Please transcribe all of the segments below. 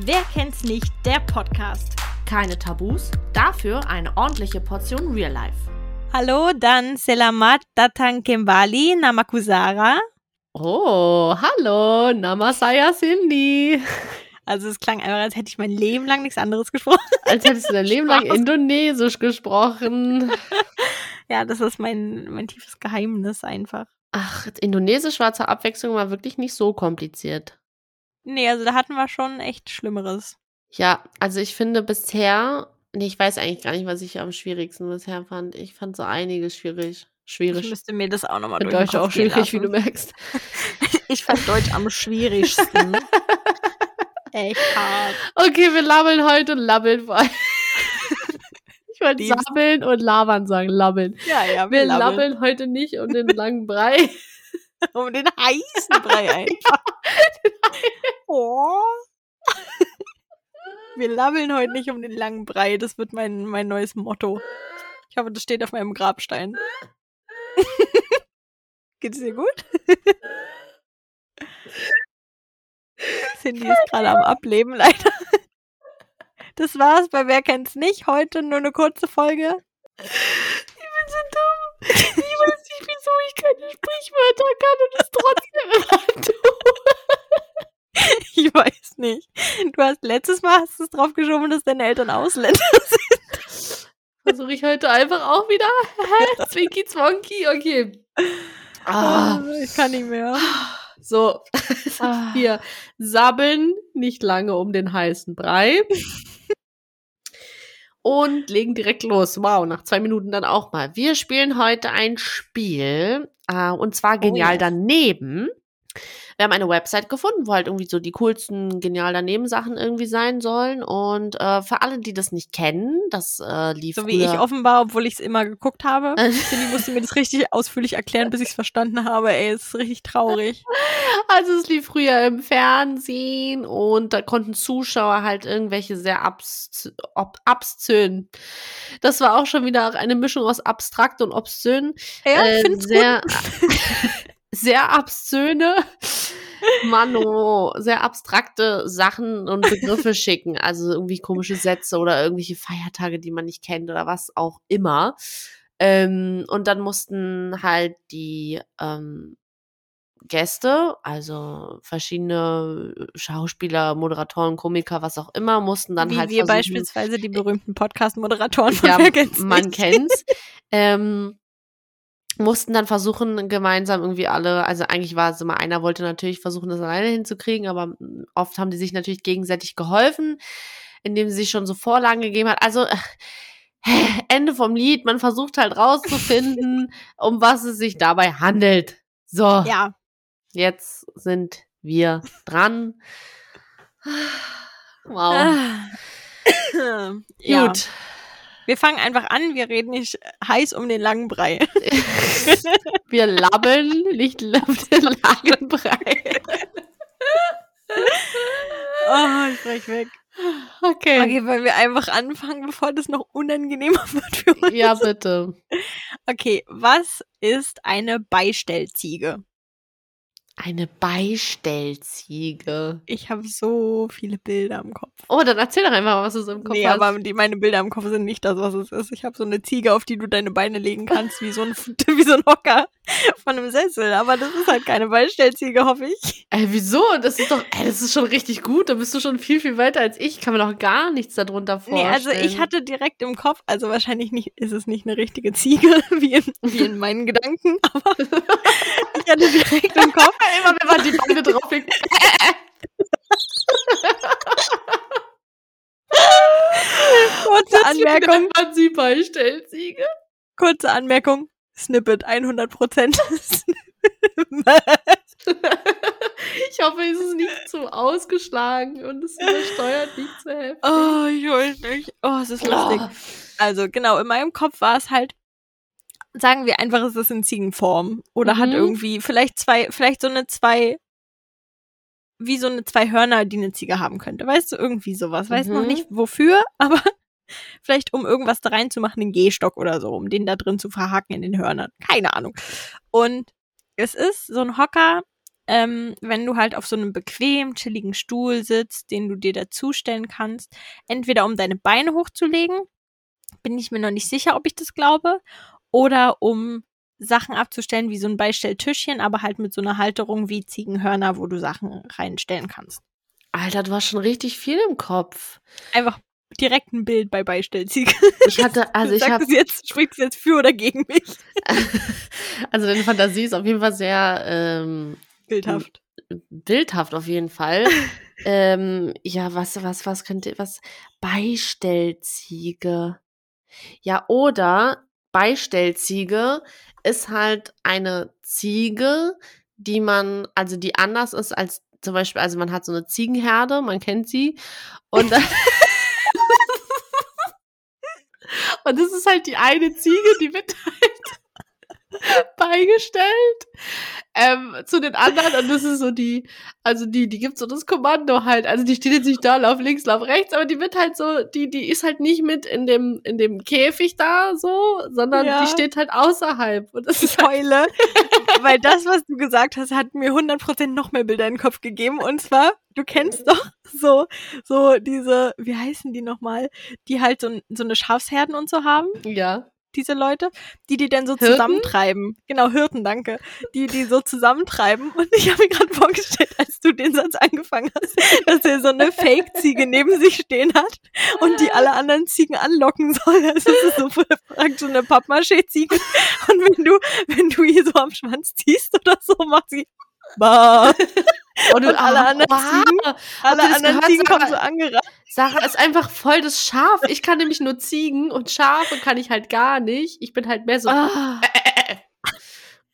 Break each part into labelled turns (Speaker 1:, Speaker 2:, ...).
Speaker 1: Wer kennt's nicht? Der Podcast.
Speaker 2: Keine Tabus, dafür eine ordentliche Portion Real Life.
Speaker 1: Hallo, dann Selamat Datang Kembali Namakusara.
Speaker 2: Oh, hallo, Namasaya Cindy.
Speaker 1: Also es klang einfach, als hätte ich mein Leben lang nichts anderes gesprochen.
Speaker 2: Als hättest du dein Leben lang Indonesisch gesprochen.
Speaker 1: Ja, das ist mein, mein tiefes Geheimnis einfach.
Speaker 2: Ach, Indonesisch war zur Abwechslung mal wirklich nicht so kompliziert.
Speaker 1: Nee, also da hatten wir schon echt Schlimmeres.
Speaker 2: Ja, also ich finde bisher, nee, ich weiß eigentlich gar nicht, was ich am schwierigsten bisher fand. Ich fand so einiges schwierig.
Speaker 1: Ich
Speaker 2: Schwierig.
Speaker 1: müsste mir das auch nochmal
Speaker 2: In
Speaker 1: durch den
Speaker 2: Deutsch
Speaker 1: Kopf
Speaker 2: auch
Speaker 1: gehen
Speaker 2: schwierig, wie du
Speaker 1: lassen.
Speaker 2: merkst.
Speaker 1: Ich fand Deutsch am schwierigsten. echt hart.
Speaker 2: Okay, wir labbeln heute und labbeln vor allem. Ich wollte
Speaker 1: Liebst-
Speaker 2: sabbeln und labern sagen, labbeln.
Speaker 1: Ja, ja,
Speaker 2: Wir labbeln heute nicht um den langen Brei.
Speaker 1: um den heißen Brei einfach. oh. Wir labbeln heute nicht um den langen Brei. Das wird mein, mein neues Motto. Ich hoffe, das steht auf meinem Grabstein. Geht's dir gut? Cindy ist gerade am Ableben, leider. Das war's bei Wer kennt's nicht. Heute nur eine kurze Folge.
Speaker 2: Ich weiß nicht, wieso ich keine Sprichwörter kann und es trotzdem immer tue.
Speaker 1: Ich weiß nicht. Du hast letztes Mal hast es drauf geschoben, dass deine Eltern Ausländer
Speaker 2: Versuche ich heute einfach auch wieder. Hä? Zwinky Zwonky, okay. Ah,
Speaker 1: Ich kann nicht mehr.
Speaker 2: so,
Speaker 1: Ah.
Speaker 2: hier. Sabbeln nicht lange um den heißen Brei. Und legen direkt los. Wow, nach zwei Minuten dann auch mal. Wir spielen heute ein Spiel. Äh, und zwar genial
Speaker 1: Oh ja.
Speaker 2: daneben. Wir haben eine Website gefunden, wo halt irgendwie so die coolsten genial daneben Sachen irgendwie sein sollen. Und äh, für alle, die das nicht kennen, das äh, lief
Speaker 1: So wie ich
Speaker 2: früher-
Speaker 1: offenbar, obwohl ich es immer geguckt habe.
Speaker 2: Äh.
Speaker 1: Cindy musste mir das richtig ausführlich erklären, bis ich es verstanden habe. Ey, es ist richtig traurig.
Speaker 2: Also es lief früher im Fernsehen und da konnten Zuschauer halt irgendwelche sehr abs ob obszön. Das war auch schon wieder eine Mischung aus abstrakt und obszön.
Speaker 1: Ja,
Speaker 2: Äh,
Speaker 1: ich finde es
Speaker 2: sehr,
Speaker 1: gut.
Speaker 2: sehr obszöne, Mano, sehr abstrakte Sachen und Begriffe schicken. Also irgendwie komische Sätze oder irgendwelche Feiertage, die man nicht kennt oder was auch immer. Ähm, und dann mussten halt die ähm, Gäste, also verschiedene Schauspieler, Moderatoren, Komiker, was auch immer, mussten dann
Speaker 1: wie
Speaker 2: halt
Speaker 1: wir
Speaker 2: versuchen,
Speaker 1: beispielsweise die berühmten Podcast-Moderatoren von
Speaker 2: ja,
Speaker 1: Wer kennt's
Speaker 2: man
Speaker 1: nicht?
Speaker 2: kennt's. ähm, mussten dann versuchen, gemeinsam irgendwie alle, also eigentlich war es immer, einer wollte natürlich versuchen, das alleine hinzukriegen, aber mm, oft haben die sich natürlich gegenseitig geholfen, indem sie sich schon so Vorlagen gegeben hat. Also Ende vom Lied, man versucht halt rauszufinden, um was es sich dabei handelt. So,
Speaker 1: Ja,
Speaker 2: jetzt sind wir dran. Wow.
Speaker 1: Ah. ja.
Speaker 2: Oh. Gut.
Speaker 1: Wir fangen einfach an. Wir reden nicht heiß um den langen Brei.
Speaker 2: Wir labbeln, nicht auf den langen Brei.
Speaker 1: Oh, ich brech weg.
Speaker 2: Okay.
Speaker 1: Okay, wollen wir einfach anfangen, bevor das noch unangenehmer wird für uns?
Speaker 2: Ja, bitte.
Speaker 1: Okay, was ist eine Beistellziege?
Speaker 2: Eine Beistellziege.
Speaker 1: Ich habe so viele Bilder im Kopf.
Speaker 2: Oh, dann erzähl doch einfach mal, was du so im Kopf
Speaker 1: nee,
Speaker 2: hast.
Speaker 1: aber die, meine Bilder im Kopf sind nicht das, was es ist. Ich habe so eine Ziege, auf die du deine Beine legen kannst, wie so ein, wie so ein Hocker von einem Sessel. Aber das ist halt keine Beistellziege, hoffe ich.
Speaker 2: Ey, Äh, wieso? Das ist doch, ey, das ist schon richtig gut. Da bist du schon viel, viel weiter als ich. Kann mir doch gar nichts darunter
Speaker 1: Nee,
Speaker 2: vorstellen.
Speaker 1: also ich hatte direkt im Kopf, also wahrscheinlich nicht, ist es nicht eine richtige Ziege, wie in, wie in meinen Gedanken, aber ich hatte direkt im Kopf.
Speaker 2: immer, wenn man die Beine drauflegt.
Speaker 1: Kurze Anmerkung,
Speaker 2: nennt man sie Beistellziege.
Speaker 1: kurze Anmerkung. Snippet 100%.
Speaker 2: Ich hoffe, es ist nicht zu ausgeschlagen und es übersteuert nicht zu heftig.
Speaker 1: oh, ich weiß nicht. Oh, es ist lustig. Also genau, in meinem Kopf war es halt, sagen wir einfach, es ist in Ziegenform. Oder hat
Speaker 2: Mhm.
Speaker 1: irgendwie vielleicht zwei, vielleicht so eine zwei, wie so eine zwei Hörner, die eine Ziege haben könnte. Weißt du, irgendwie sowas. Weiß noch
Speaker 2: Mhm.
Speaker 1: nicht wofür, aber vielleicht um irgendwas da reinzumachen, einen Gehstock oder so, um den da drin zu verhaken in den Hörnern. Keine Ahnung. Und es ist so ein Hocker, ähm, wenn du halt auf so einem bequem, chilligen Stuhl sitzt, den du dir dazustellen kannst, entweder um deine Beine hochzulegen, bin ich mir noch nicht sicher, ob ich das glaube, oder um Sachen abzustellen wie so ein Beistelltischchen, aber halt mit so einer Halterung wie Ziegenhörner, wo du Sachen reinstellen kannst.
Speaker 2: Alter, du hast schon richtig viel im Kopf.
Speaker 1: Einfach direkt ein Bild bei Beistellziege.
Speaker 2: Ich hatte, also ich
Speaker 1: Sag
Speaker 2: habe,
Speaker 1: das jetzt, sprichst du jetzt für oder gegen mich?
Speaker 2: also deine Fantasie ist auf jeden Fall sehr ähm,
Speaker 1: Bildhaft.
Speaker 2: bildhaft auf jeden Fall. ähm, ja, was, was, was könnte, was? Beistellziege. Ja, oder Beistellziege ist halt eine Ziege, die man, also die anders ist als zum Beispiel, also man hat so eine Ziegenherde, man kennt sie. Und, und das ist halt die eine Ziege, die wird halt beigestellt ähm, zu den anderen. Und das ist so die, also die, die gibt so das Kommando halt. Also die steht jetzt nicht da, lauf links, lauf rechts, aber die wird halt so, die, die ist halt nicht mit in dem, in dem Käfig da so, sondern
Speaker 1: Ja.
Speaker 2: die steht halt außerhalb. Und das
Speaker 1: Ich
Speaker 2: ist halt,
Speaker 1: heule, weil das, was du gesagt hast, hat mir 100% noch mehr Bilder in den Kopf gegeben. Und zwar, du kennst doch so, so diese, wie heißen die nochmal, die halt so, ein- so eine Schafsherden und so haben.
Speaker 2: ja.
Speaker 1: diese Leute, die die denn so
Speaker 2: Hirten?
Speaker 1: zusammentreiben. Genau, Hirten, danke. Die die so zusammentreiben. Und ich habe mir gerade vorgestellt, als du den Satz angefangen hast, dass er so eine Fake-Ziege neben sich stehen hat und die alle anderen Ziegen anlocken soll. Also es ist so praktisch so eine Pappmaché-Ziege. Und wenn du, wenn du ihr so am Schwanz ziehst oder so, macht sie bah.
Speaker 2: Und,
Speaker 1: alle anderen Ziegen- Alle
Speaker 2: ihr das
Speaker 1: anderen
Speaker 2: gehört,
Speaker 1: Ziegen kommen so
Speaker 2: Sarah?
Speaker 1: angerannt.
Speaker 2: Sarah ist einfach voll das Schaf. Ich kann nämlich nur Ziegen und Schafe kann ich halt gar nicht. Ich bin halt mehr so.
Speaker 1: Ah.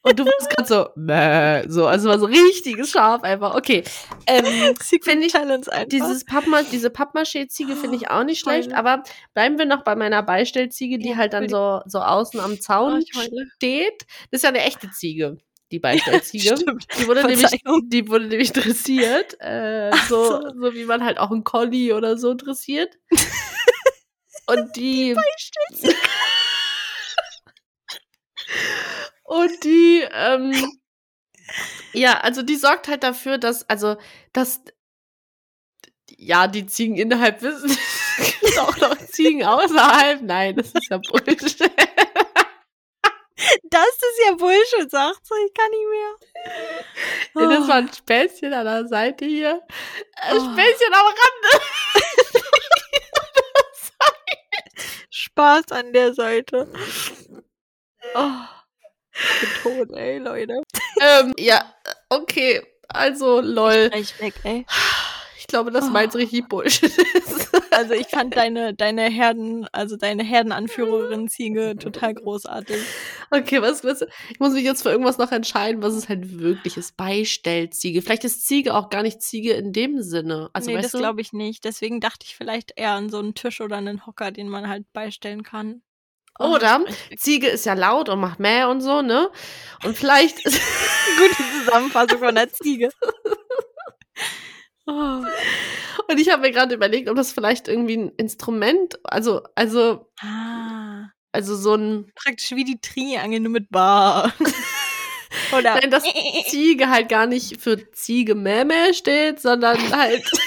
Speaker 2: Und du warst gerade so, mäh, so, also war so richtiges Schaf einfach. Okay. Ähm, Finde
Speaker 1: Äh, Secret
Speaker 2: ich
Speaker 1: Challenge einfach.
Speaker 2: dieses Pappma diese Pappmaché-Ziege finde ich auch nicht schlecht,
Speaker 1: Heule.
Speaker 2: aber bleiben wir noch bei meiner Beistellziege, die
Speaker 1: Ja,
Speaker 2: halt dann so, so außen am
Speaker 1: Oh,
Speaker 2: Zaun
Speaker 1: ich heule.
Speaker 2: steht. Das ist ja eine echte Ziege, die Beistellziege.
Speaker 1: Stimmt.
Speaker 2: Die wurde, nämlich,
Speaker 1: Verzeihung.
Speaker 2: die wurde nämlich dressiert, äh, so, so. wie man halt auch einen Collie oder so dressiert. Und die. Und die, ähm, ja, also die sorgt halt dafür, dass, also, dass, ja, die Ziegen innerhalb wissen, es gibt auch noch Ziegen außerhalb. Nein, das ist ja Bullshit.
Speaker 1: Das ist ja Bullshit, sagt sie. Ich kann nicht mehr.
Speaker 2: Das war ein Späßchen an der Seite hier. Ein
Speaker 1: Oh.
Speaker 2: Späßchen am
Speaker 1: Oh, Spaß an der Seite. Oh. Ich bin tot, ey, Leute.
Speaker 2: Ähm, ja, okay. Also, lol.
Speaker 1: Ich weg, ey.
Speaker 2: Ich glaube, dass meins richtig Bullshit ist.
Speaker 1: Also ich fand deine, deine Herden, also deine Herdenanführerin Ziege total großartig.
Speaker 2: Okay, was, was, ich muss mich jetzt für irgendwas noch entscheiden, was es halt wirklich ist. Beistellziege. Vielleicht ist Ziege auch gar nicht Ziege in dem Sinne. Also,
Speaker 1: nee,
Speaker 2: weißt
Speaker 1: das
Speaker 2: du?
Speaker 1: glaube ich nicht. Deswegen dachte ich vielleicht eher an so einen Tisch oder einen Hocker, den man halt beistellen kann. Oh,
Speaker 2: Oder?
Speaker 1: ich bin echt-
Speaker 2: Ziege ist ja laut und macht mäh und so, ne? Und vielleicht ist,
Speaker 1: Gute Zusammenfassung von der Ziege. Oh.
Speaker 2: und ich habe mir gerade überlegt, ob das vielleicht irgendwie ein Instrument, also, also,
Speaker 1: Ah.
Speaker 2: also so ein,
Speaker 1: praktisch wie die Triangel, nur mit Bar. Oder
Speaker 2: nein, dass Ziege halt gar nicht für Ziege mäh mäh steht, sondern halt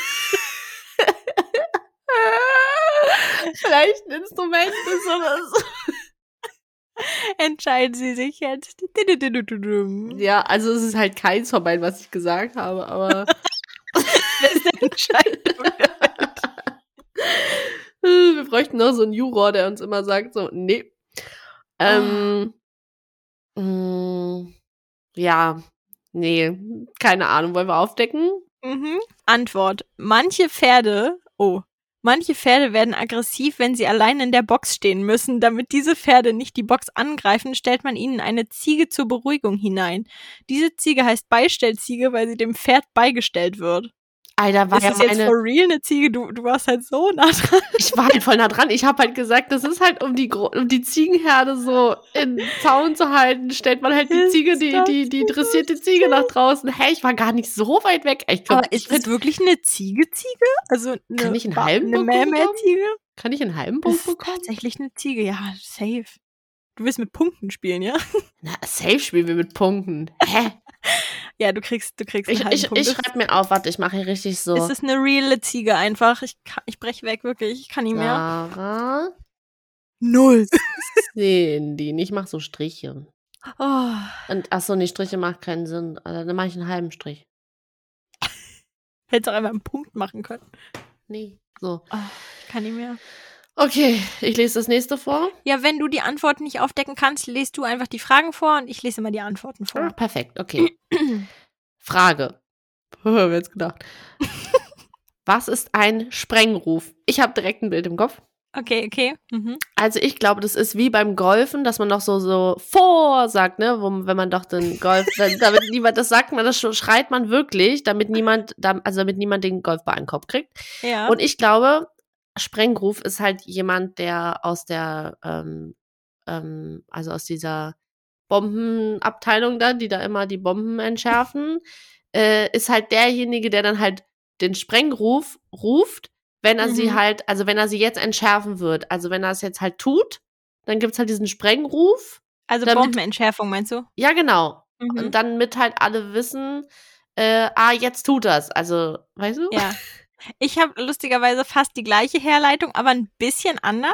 Speaker 2: vielleicht ein Instrument ist oder so.
Speaker 1: entscheiden sie sich jetzt. Die
Speaker 2: Ja, also es ist halt keins von beiden, was ich gesagt habe, aber
Speaker 1: beste Entscheidung.
Speaker 2: äh, wir bräuchten noch so einen Juror, der uns immer sagt, so, nee. Ähm, mm, ja, nee, keine Ahnung, wollen wir aufdecken?
Speaker 1: Mhm. Antwort. Manche Pferde, oh, manche Pferde werden aggressiv, wenn sie allein in der Box stehen müssen. Damit diese Pferde nicht die Box angreifen, stellt man ihnen eine Ziege zur Beruhigung hinein. Diese Ziege heißt Beistellziege, weil sie dem Pferd beigestellt wird.
Speaker 2: Alter, war
Speaker 1: Ist
Speaker 2: ja
Speaker 1: das jetzt
Speaker 2: meine,
Speaker 1: for real eine Ziege? Du, du warst halt so nah dran.
Speaker 2: ich war halt voll nah dran. Ich habe halt gesagt, das ist halt, um die, Gro- um die Ziegenherde so in den Zaun zu halten, stellt man halt die
Speaker 1: Ist
Speaker 2: Ziege, die,
Speaker 1: das
Speaker 2: die, die dressierte Ziege nach draußen. Hey, ich war gar nicht so weit weg. Ich glaub,
Speaker 1: Aber
Speaker 2: ich
Speaker 1: ist
Speaker 2: bin
Speaker 1: das wirklich eine Ziege-Ziege? Also eine,
Speaker 2: Kann ich einen
Speaker 1: Ba-
Speaker 2: halben
Speaker 1: eine
Speaker 2: Punkt bekommen?
Speaker 1: Mähmäh-Ziege?
Speaker 2: Kann ich einen halben
Speaker 1: Das
Speaker 2: Punkt
Speaker 1: ist
Speaker 2: bekommen?
Speaker 1: tatsächlich eine Ziege, ja, safe. Du willst mit Punkten spielen, ja?
Speaker 2: Na, safe spielen wir mit Punkten. Hä?
Speaker 1: Ja, du kriegst, du kriegst einen
Speaker 2: Ich,
Speaker 1: halben
Speaker 2: ich,
Speaker 1: Punkt.
Speaker 2: ich schreibe mir auf, warte, ich mache hier richtig so.
Speaker 1: es ist eine reale Ziege einfach. Ich, kann, ich brech weg, wirklich. Ich kann nicht mehr.
Speaker 2: Sarah,
Speaker 1: Null.
Speaker 2: Cindy. Ich mache so Striche.
Speaker 1: Oh.
Speaker 2: Und achso, die Striche macht keinen Sinn. Also, dann mache ich einen halben Strich.
Speaker 1: Hättest auch einfach einen Punkt machen können.
Speaker 2: Nee. So.
Speaker 1: Ich kann nicht mehr.
Speaker 2: Okay, ich lese das nächste vor.
Speaker 1: Ja, wenn du die Antworten nicht aufdecken kannst, lest du einfach die Fragen vor und ich lese immer die Antworten
Speaker 2: Ah,
Speaker 1: vor.
Speaker 2: perfekt, okay. Frage. Wer hätte gedacht? Was ist ein Sprengruf? Ich habe direkt ein Bild im Kopf.
Speaker 1: Okay, okay. Mhm.
Speaker 2: Also ich glaube, das ist wie beim Golfen, dass man noch so so vor sagt, ne, wo, wenn man doch den Golf, wenn, damit niemand das sagt, man das sch- schreit man wirklich, damit niemand, dam- also damit niemand den Golfball an den Kopf kriegt.
Speaker 1: Ja.
Speaker 2: Und ich glaube, Sprengruf ist halt jemand, der aus der, ähm, ähm, also aus dieser Bombenabteilung da, die da immer die Bomben entschärfen, äh, ist halt derjenige, der dann halt den Sprengruf ruft, wenn er sie
Speaker 1: Mhm.
Speaker 2: halt, also wenn er sie jetzt entschärfen wird. Also wenn er es jetzt halt tut, dann gibt's halt diesen Sprengruf.
Speaker 1: also
Speaker 2: damit-
Speaker 1: Bombenentschärfung, meinst du?
Speaker 2: Ja, genau.
Speaker 1: Mhm.
Speaker 2: Und dann mit halt alle wissen, äh, ah, jetzt tut das. Also, weißt du?
Speaker 1: Ja. Ich habe lustigerweise fast die gleiche Herleitung, aber ein bisschen anders.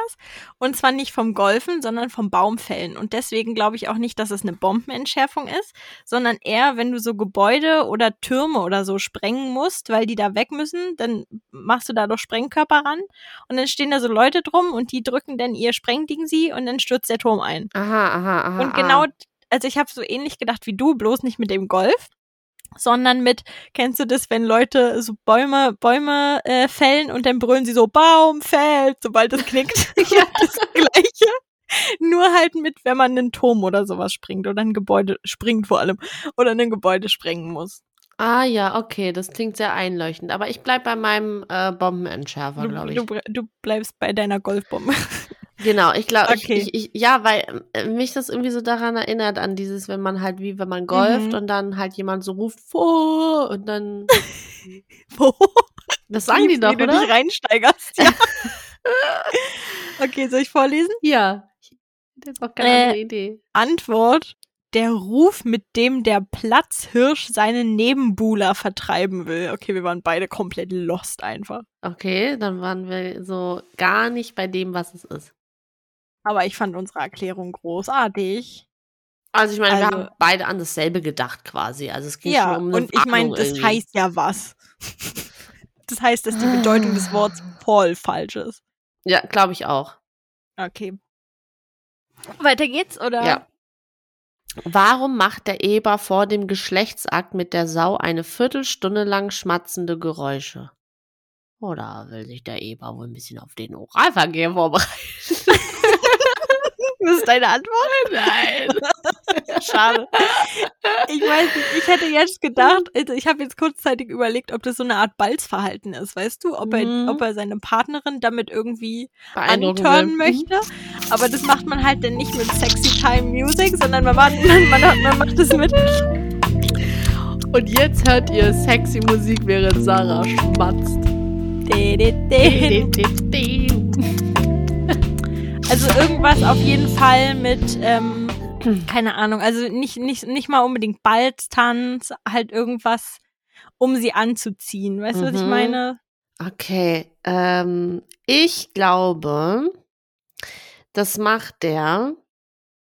Speaker 1: Und zwar nicht vom Golfen, sondern vom Baumfällen. Und deswegen glaube ich auch nicht, dass es eine Bombenentschärfung ist, sondern eher, wenn du so Gebäude oder Türme oder so sprengen musst, weil die da weg müssen, dann machst du da doch Sprengkörper ran. Und dann stehen da so Leute drum und die drücken dann ihr Sprengding sie und dann stürzt der Turm ein.
Speaker 2: Aha, aha, aha.
Speaker 1: Und
Speaker 2: ah.
Speaker 1: genau, also ich habe so ähnlich gedacht wie du, bloß nicht mit dem Golf, sondern mit, kennst du das, wenn Leute so Bäume, Bäume äh, fällen und dann brüllen sie so, Baum fällt, sobald es knickt. ja. Das Gleiche. Nur halt mit, wenn man einen Turm oder sowas springt oder ein Gebäude springt vor allem oder ein Gebäude sprengen muss.
Speaker 2: Ah ja, okay, das klingt sehr einleuchtend. Aber ich bleib bei meinem äh, Bombenentschärfer, glaube
Speaker 1: du,
Speaker 2: ich.
Speaker 1: du, bre- du bleibst bei deiner Golfbombe.
Speaker 2: genau, ich glaube, ich,
Speaker 1: Okay.
Speaker 2: ich, ich, ja, weil äh, mich das irgendwie so daran erinnert, an dieses, wenn man halt, wie wenn man golft
Speaker 1: Mhm.
Speaker 2: und dann halt jemand so ruft, vor und dann,
Speaker 1: Wo
Speaker 2: das sagen die
Speaker 1: liebst,
Speaker 2: doch,
Speaker 1: wie du
Speaker 2: oder?
Speaker 1: dich reinsteigerst. Ja. okay, soll ich vorlesen?
Speaker 2: Ja. Ich hätte jetzt auch keine
Speaker 1: Äh,
Speaker 2: andere Idee.
Speaker 1: Antwort: Der Ruf, mit dem der Platzhirsch seinen Nebenbuhler vertreiben will. Okay, wir waren beide komplett lost einfach.
Speaker 2: Okay, dann waren wir so gar nicht bei dem, was es ist.
Speaker 1: Aber ich fand unsere Erklärung großartig.
Speaker 2: Also ich meine, wir
Speaker 1: Also-
Speaker 2: haben beide an dasselbe gedacht quasi. Also es ging
Speaker 1: Ja,
Speaker 2: schon um eine
Speaker 1: und ich meine,
Speaker 2: Warnung
Speaker 1: das
Speaker 2: irgendwie.
Speaker 1: heißt ja was. Das heißt, dass die Bedeutung des Wortes
Speaker 2: Ah.
Speaker 1: voll falsch ist.
Speaker 2: Ja, glaube ich auch.
Speaker 1: Okay. Weiter geht's, oder?
Speaker 2: Ja. Warum macht der Eber vor dem Geschlechtsakt mit der Sau eine Viertelstunde lang schmatzende Geräusche? Oder will sich der Eber wohl ein bisschen auf den Oralverkehr vorbereiten?
Speaker 1: Das ist deine Antwort?
Speaker 2: Nein.
Speaker 1: Schade. Ich weiß nicht, ich hätte jetzt gedacht, also ich habe jetzt kurzzeitig überlegt, ob das so eine Art Balzverhalten ist, weißt du? Ob er,
Speaker 2: Mhm.
Speaker 1: ob er seine Partnerin damit irgendwie
Speaker 2: Beeindruckend.
Speaker 1: anturnen möchte. Aber das macht man halt dann nicht mit Sexy Time Music, sondern man, macht- man, man, man macht das mit.
Speaker 2: Und jetzt hört ihr sexy Musik, während Sarah schmatzt.
Speaker 1: De, de, de. Also irgendwas auf jeden Fall mit, ähm, keine Ahnung, also nicht, nicht, nicht mal unbedingt Balztanz, halt irgendwas, um sie anzuziehen. Weißt du, was ich
Speaker 2: Mhm.
Speaker 1: meine?
Speaker 2: Okay, ähm, ich glaube, das macht der,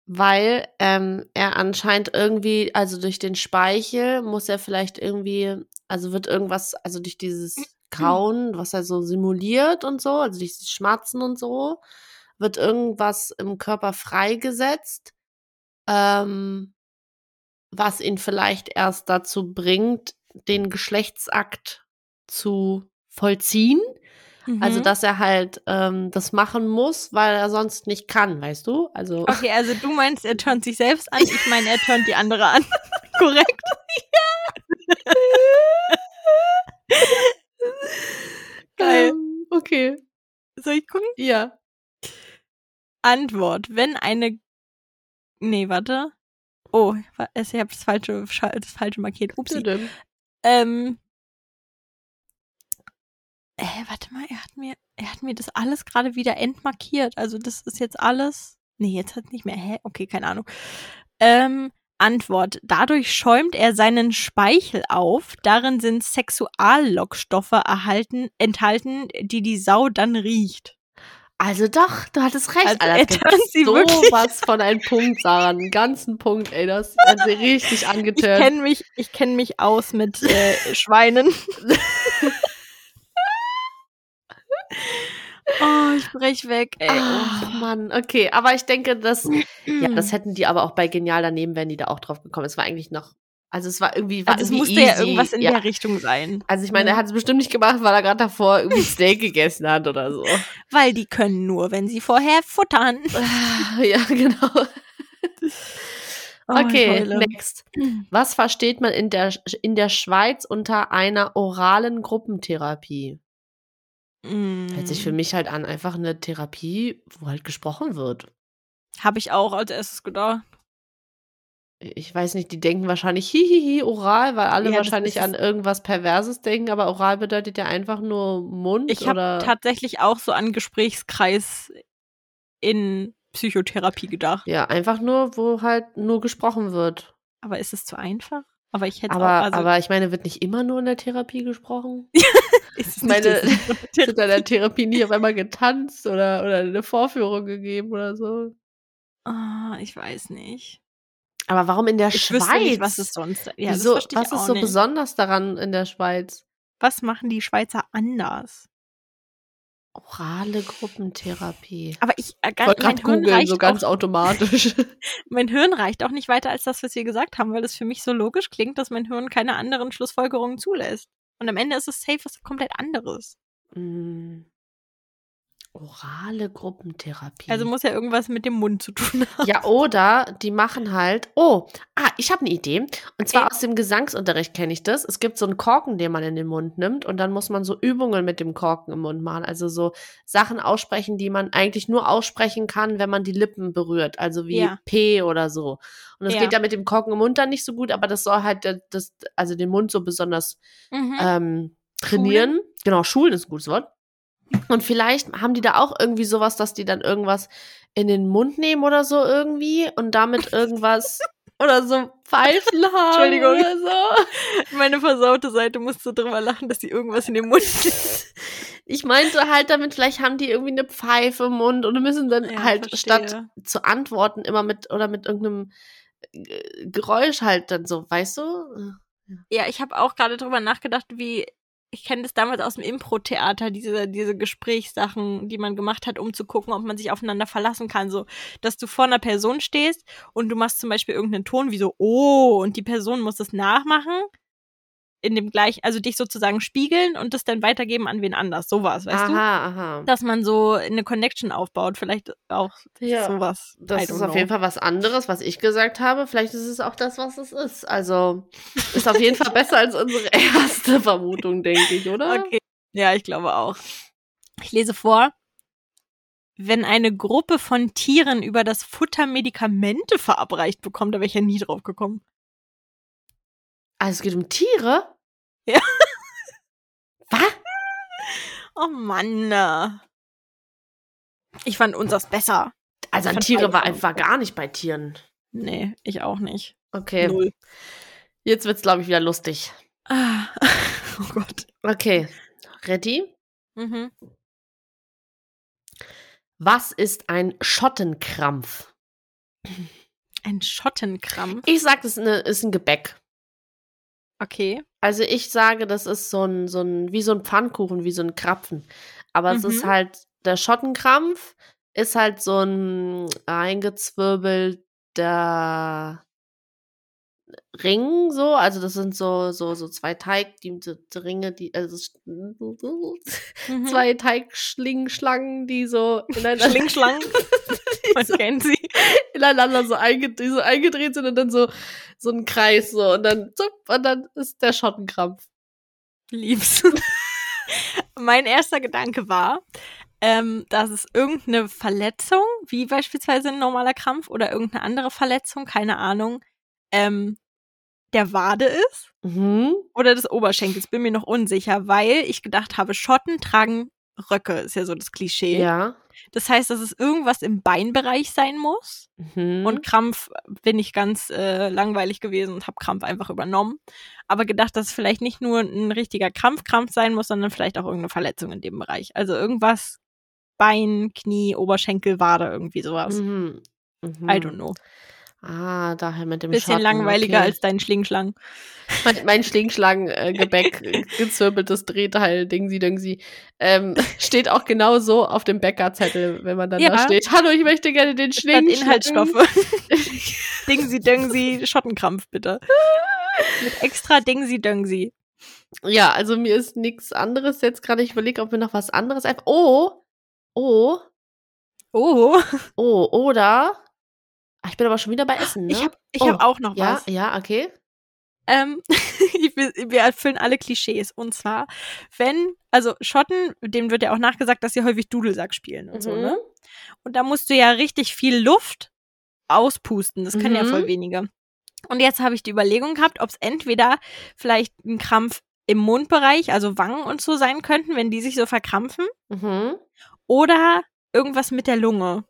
Speaker 2: weil ähm, er anscheinend irgendwie, also durch den Speichel muss er vielleicht irgendwie, also wird irgendwas, also durch dieses Kauen, was er so simuliert und so, also durch dieses Schmatzen und so, wird irgendwas im Körper freigesetzt, ähm, was ihn vielleicht erst dazu bringt, den Geschlechtsakt zu vollziehen. Also,
Speaker 1: Mhm.
Speaker 2: dass er halt ähm, das machen muss, weil er sonst nicht kann, weißt du? Also,
Speaker 1: Okay, also du meinst, er turnt sich selbst an. Ich meine, er turnt die andere an. Korrekt. geil.
Speaker 2: Ähm, okay,
Speaker 1: Soll ich gucken?
Speaker 2: ja.
Speaker 1: Antwort. Wenn eine. Nee, warte. Oh, wa- es- ich habe das falsche, Scha- das falsche markiert. Upsi.
Speaker 2: Tüdüm.
Speaker 1: Ähm. Äh, warte mal, er hat mir, er hat mir das alles gerade wieder entmarkiert. Also das ist jetzt alles. Nee, jetzt hat nicht mehr. Hä? Okay, keine Ahnung. Ähm, Antwort. Dadurch schäumt er seinen Speichel auf. Darin sind Sexuallockstoffe erhalten, enthalten, die die Sau dann riecht.
Speaker 2: Also doch, du hattest recht.
Speaker 1: Also
Speaker 2: Alter,
Speaker 1: er
Speaker 2: das
Speaker 1: turnt
Speaker 2: ist
Speaker 1: sie
Speaker 2: so
Speaker 1: wirklich
Speaker 2: was von einem Punkt, Sarah. Einen ganzen Punkt, ey. Das hat sie richtig
Speaker 1: Ich
Speaker 2: angetört.
Speaker 1: kenne mich, ich kenn mich aus mit äh, Schweinen. oh, ich brech weg, ey. Oh.
Speaker 2: Ach Mann, okay. Aber ich denke, das, Ah. ja,
Speaker 1: Mm. Mhm.
Speaker 2: das hätten die aber auch bei Genial daneben, wären die da auch drauf gekommen. Es war eigentlich noch, also es war irgendwie, war
Speaker 1: also es
Speaker 2: irgendwie
Speaker 1: musste
Speaker 2: easy.
Speaker 1: ja irgendwas in
Speaker 2: ja.
Speaker 1: der Richtung sein. ne?
Speaker 2: Also ich meine, er hat es bestimmt nicht gemacht, weil er gerade davor irgendwie Steak gegessen hat oder so.
Speaker 1: Weil die können nur, wenn sie vorher futtern.
Speaker 2: ja, genau.
Speaker 1: Oh, ich
Speaker 2: Okay,
Speaker 1: heule.
Speaker 2: next. Was versteht man in der, in der Schweiz unter einer oralen Gruppentherapie?
Speaker 1: Mm.
Speaker 2: Hört ne- sich für
Speaker 1: Mhm.
Speaker 2: mich halt an, einfach eine Therapie, wo halt gesprochen wird.
Speaker 1: Habe ich auch als erstes gedacht.
Speaker 2: Ich weiß nicht, die denken wahrscheinlich hihihi oral, weil alle
Speaker 1: Ja, das
Speaker 2: wahrscheinlich
Speaker 1: ist-
Speaker 2: an irgendwas Perverses denken, aber oral bedeutet ja einfach nur Mund
Speaker 1: Ich habe
Speaker 2: oder.
Speaker 1: tatsächlich auch so an Gesprächskreis in Psychotherapie gedacht.
Speaker 2: Ja, einfach nur, wo halt nur gesprochen wird.
Speaker 1: Aber ist es zu einfach? Aber ich hätte
Speaker 2: Aber,
Speaker 1: auch, also
Speaker 2: aber ich meine, wird nicht immer nur in der Therapie gesprochen?
Speaker 1: ist es
Speaker 2: meine-
Speaker 1: nicht das-
Speaker 2: Wird in der Therapie nicht auf einmal getanzt oder, oder eine Vorführung gegeben oder so?
Speaker 1: Ah, ich weiß nicht.
Speaker 2: Aber warum in der
Speaker 1: Ich
Speaker 2: Schweiz?
Speaker 1: wüsste nicht, was es sonst. Ja,
Speaker 2: Wieso,
Speaker 1: das verstehe ich
Speaker 2: was ist
Speaker 1: auch
Speaker 2: so
Speaker 1: nicht.
Speaker 2: besonders daran in der Schweiz?
Speaker 1: Was machen die Schweizer anders?
Speaker 2: Orale Gruppentherapie.
Speaker 1: Aber ich äh,
Speaker 2: Ich
Speaker 1: gar,
Speaker 2: wollte
Speaker 1: mein,
Speaker 2: gerade
Speaker 1: Hirn
Speaker 2: googeln,
Speaker 1: reicht
Speaker 2: so ganz
Speaker 1: auch,
Speaker 2: automatisch.
Speaker 1: mein Hirn reicht auch nicht weiter als das, was wir gesagt haben, weil das für mich so logisch klingt, dass mein Hirn keine anderen Schlussfolgerungen zulässt. Und am Ende ist es safe was komplett anderes.
Speaker 2: Mm. Orale Gruppentherapie.
Speaker 1: Also muss ja irgendwas mit dem Mund zu tun haben.
Speaker 2: ja, oder die machen halt. Oh, ah, ich habe eine Idee. Und zwar
Speaker 1: Ey.
Speaker 2: aus dem Gesangsunterricht kenne ich das. Es gibt so einen Korken, den man in den Mund nimmt und dann muss man so Übungen mit dem Korken im Mund machen. Also so Sachen aussprechen, die man eigentlich nur aussprechen kann, wenn man die Lippen berührt. Also wie
Speaker 1: Ja.
Speaker 2: P oder so. Und das
Speaker 1: Ja.
Speaker 2: geht ja mit dem Korken im Mund dann nicht so gut, aber das soll halt der- das, also den Mund so besonders
Speaker 1: Mhm.
Speaker 2: ähm, trainieren. Genau, Schulen ist ein gutes Wort. Und vielleicht haben die da auch irgendwie sowas, dass die dann irgendwas in den Mund nehmen oder so irgendwie und damit irgendwas oder so Pfeifen haben
Speaker 1: Entschuldigung.
Speaker 2: oder so.
Speaker 1: Meine versaute Seite musste drüber lachen, dass sie irgendwas in den Mund kriegt.
Speaker 2: Ich meinte halt damit, vielleicht haben die irgendwie eine Pfeife im Mund und müssen dann
Speaker 1: Ja,
Speaker 2: halt
Speaker 1: verstehe.
Speaker 2: statt zu antworten immer mit oder mit irgendeinem äh, Geräusch halt dann so, weißt du?
Speaker 1: Ja, ich habe auch gerade drüber nachgedacht, wie ich kenne das damals aus dem Impro-Theater, diese, diese Gesprächssachen, die man gemacht hat, um zu gucken, ob man sich aufeinander verlassen kann. So, dass du vor einer Person stehst und du machst zum Beispiel irgendeinen Ton wie so, oh, und die Person muss das nachmachen. In dem gleich, also dich sozusagen spiegeln und das dann weitergeben an wen anders. Sowas, weißt du?
Speaker 2: aha, aha.
Speaker 1: Dass man so eine Connection aufbaut, vielleicht auch
Speaker 2: Ja.
Speaker 1: sowas. I
Speaker 2: Das
Speaker 1: don't
Speaker 2: ist auf
Speaker 1: know.
Speaker 2: jeden Fall was anderes, was ich gesagt habe. Vielleicht ist es auch das, was es ist. Also ist auf jeden Fall besser als unsere erste Vermutung, denke ich, oder?
Speaker 1: Okay. Ja, ich glaube auch. Ich lese vor. Wenn eine Gruppe von Tieren über das Futter Medikamente verabreicht bekommt, da wäre ich ja nie drauf gekommen.
Speaker 2: Also es geht um Tiere?
Speaker 1: Ja.
Speaker 2: Was?
Speaker 1: Oh Mann. äh. Ich fand unseres besser.
Speaker 2: Also an
Speaker 1: Fand
Speaker 2: Tiere war
Speaker 1: alles
Speaker 2: einfach gar nicht bei Tieren.
Speaker 1: Nee, ich auch nicht.
Speaker 2: Okay,
Speaker 1: Null.
Speaker 2: jetzt wird's glaube ich wieder lustig.
Speaker 1: Ah. Oh Gott.
Speaker 2: Okay, ready?
Speaker 1: Mhm.
Speaker 2: Was ist ein Schottenkrampf?
Speaker 1: Ein Schottenkrampf.
Speaker 2: Ich sag, das ist, eine, ist ein Gebäck.
Speaker 1: Okay.
Speaker 2: Also ich sage, das ist so ein, so ein, wie so ein Pfannkuchen, wie so ein Krapfen. Aber es ist
Speaker 1: Mhm.
Speaker 2: halt, der Schottenkrampf ist halt so ein eingezwirbelter Ring, so. Also das sind so, so, so zwei Teig, die, die Ringe, die, also
Speaker 1: Mhm.
Speaker 2: zwei Teigschlingschlangen, die so ineinander,
Speaker 1: Schlingschlangen. Man kennt sie.
Speaker 2: ineinander so, einge, die so eingedreht sind und dann so, so ein Kreis, so. Und dann, zup, und dann ist der Schottenkrampf.
Speaker 1: Lieb's. mein erster Gedanke war, ähm, dass es irgendeine Verletzung, wie beispielsweise ein normaler Krampf oder irgendeine andere Verletzung, keine Ahnung, ähm, der Wade ist
Speaker 2: Mhm.
Speaker 1: oder des Oberschenkels, bin mir noch unsicher, weil ich gedacht habe, Schotten tragen Röcke, ist ja so das Klischee.
Speaker 2: Ja.
Speaker 1: Das heißt, dass es irgendwas im Beinbereich sein muss.
Speaker 2: Mhm.
Speaker 1: Und Krampf bin ich ganz äh, langweilig gewesen und habe Krampf einfach übernommen. Aber gedacht, dass es vielleicht nicht nur ein richtiger Krampfkrampf sein muss, sondern vielleicht auch irgendeine Verletzung in dem Bereich. Also irgendwas Bein, Knie, Oberschenkel, Wade, irgendwie sowas.
Speaker 2: Mhm. Mhm.
Speaker 1: I don't know.
Speaker 2: Ah, daher mit dem
Speaker 1: Bisschen
Speaker 2: Schatten,
Speaker 1: langweiliger
Speaker 2: okay.
Speaker 1: als dein Schlingschlang.
Speaker 2: Mein, mein Schlingschlangen-Gebäck, gezwirbeltes Drehteil, Ding sie, Ding sie, ähm, steht auch genau so auf dem Bäckerzettel, wenn man dann da
Speaker 1: Ja.
Speaker 2: steht. Hallo, ich möchte gerne den
Speaker 1: Statt
Speaker 2: Schlingschlangen.
Speaker 1: Inhaltsstoffe. Dingsi Döngsi, Schottenkrampf bitte. Mit extra Dingsi Döngsi.
Speaker 2: Ja, also mir ist nichts anderes jetzt gerade. Ich überlege, ob mir noch was anderes einfach. Oh, oh,
Speaker 1: Oh,
Speaker 2: oh, oder. Ah, ich bin aber schon wieder bei Essen. Ne?
Speaker 1: ich habe ich
Speaker 2: Oh.
Speaker 1: hab auch noch
Speaker 2: ja,
Speaker 1: was.
Speaker 2: ja, okay.
Speaker 1: Ähm, ich will, wir erfüllen alle Klischees. Und zwar, wenn, also Schotten, dem wird ja auch nachgesagt, dass sie häufig Dudelsack spielen und so,
Speaker 2: Mhm.
Speaker 1: ne? Und da musst du ja richtig viel Luft auspusten. Das können ja
Speaker 2: Mhm.
Speaker 1: voll wenige. Und jetzt habe ich die Überlegung gehabt, ob es entweder vielleicht ein Krampf im Mundbereich, also Wangen und so sein könnten, wenn die sich so verkrampfen,
Speaker 2: Mhm.
Speaker 1: oder irgendwas mit der Lunge.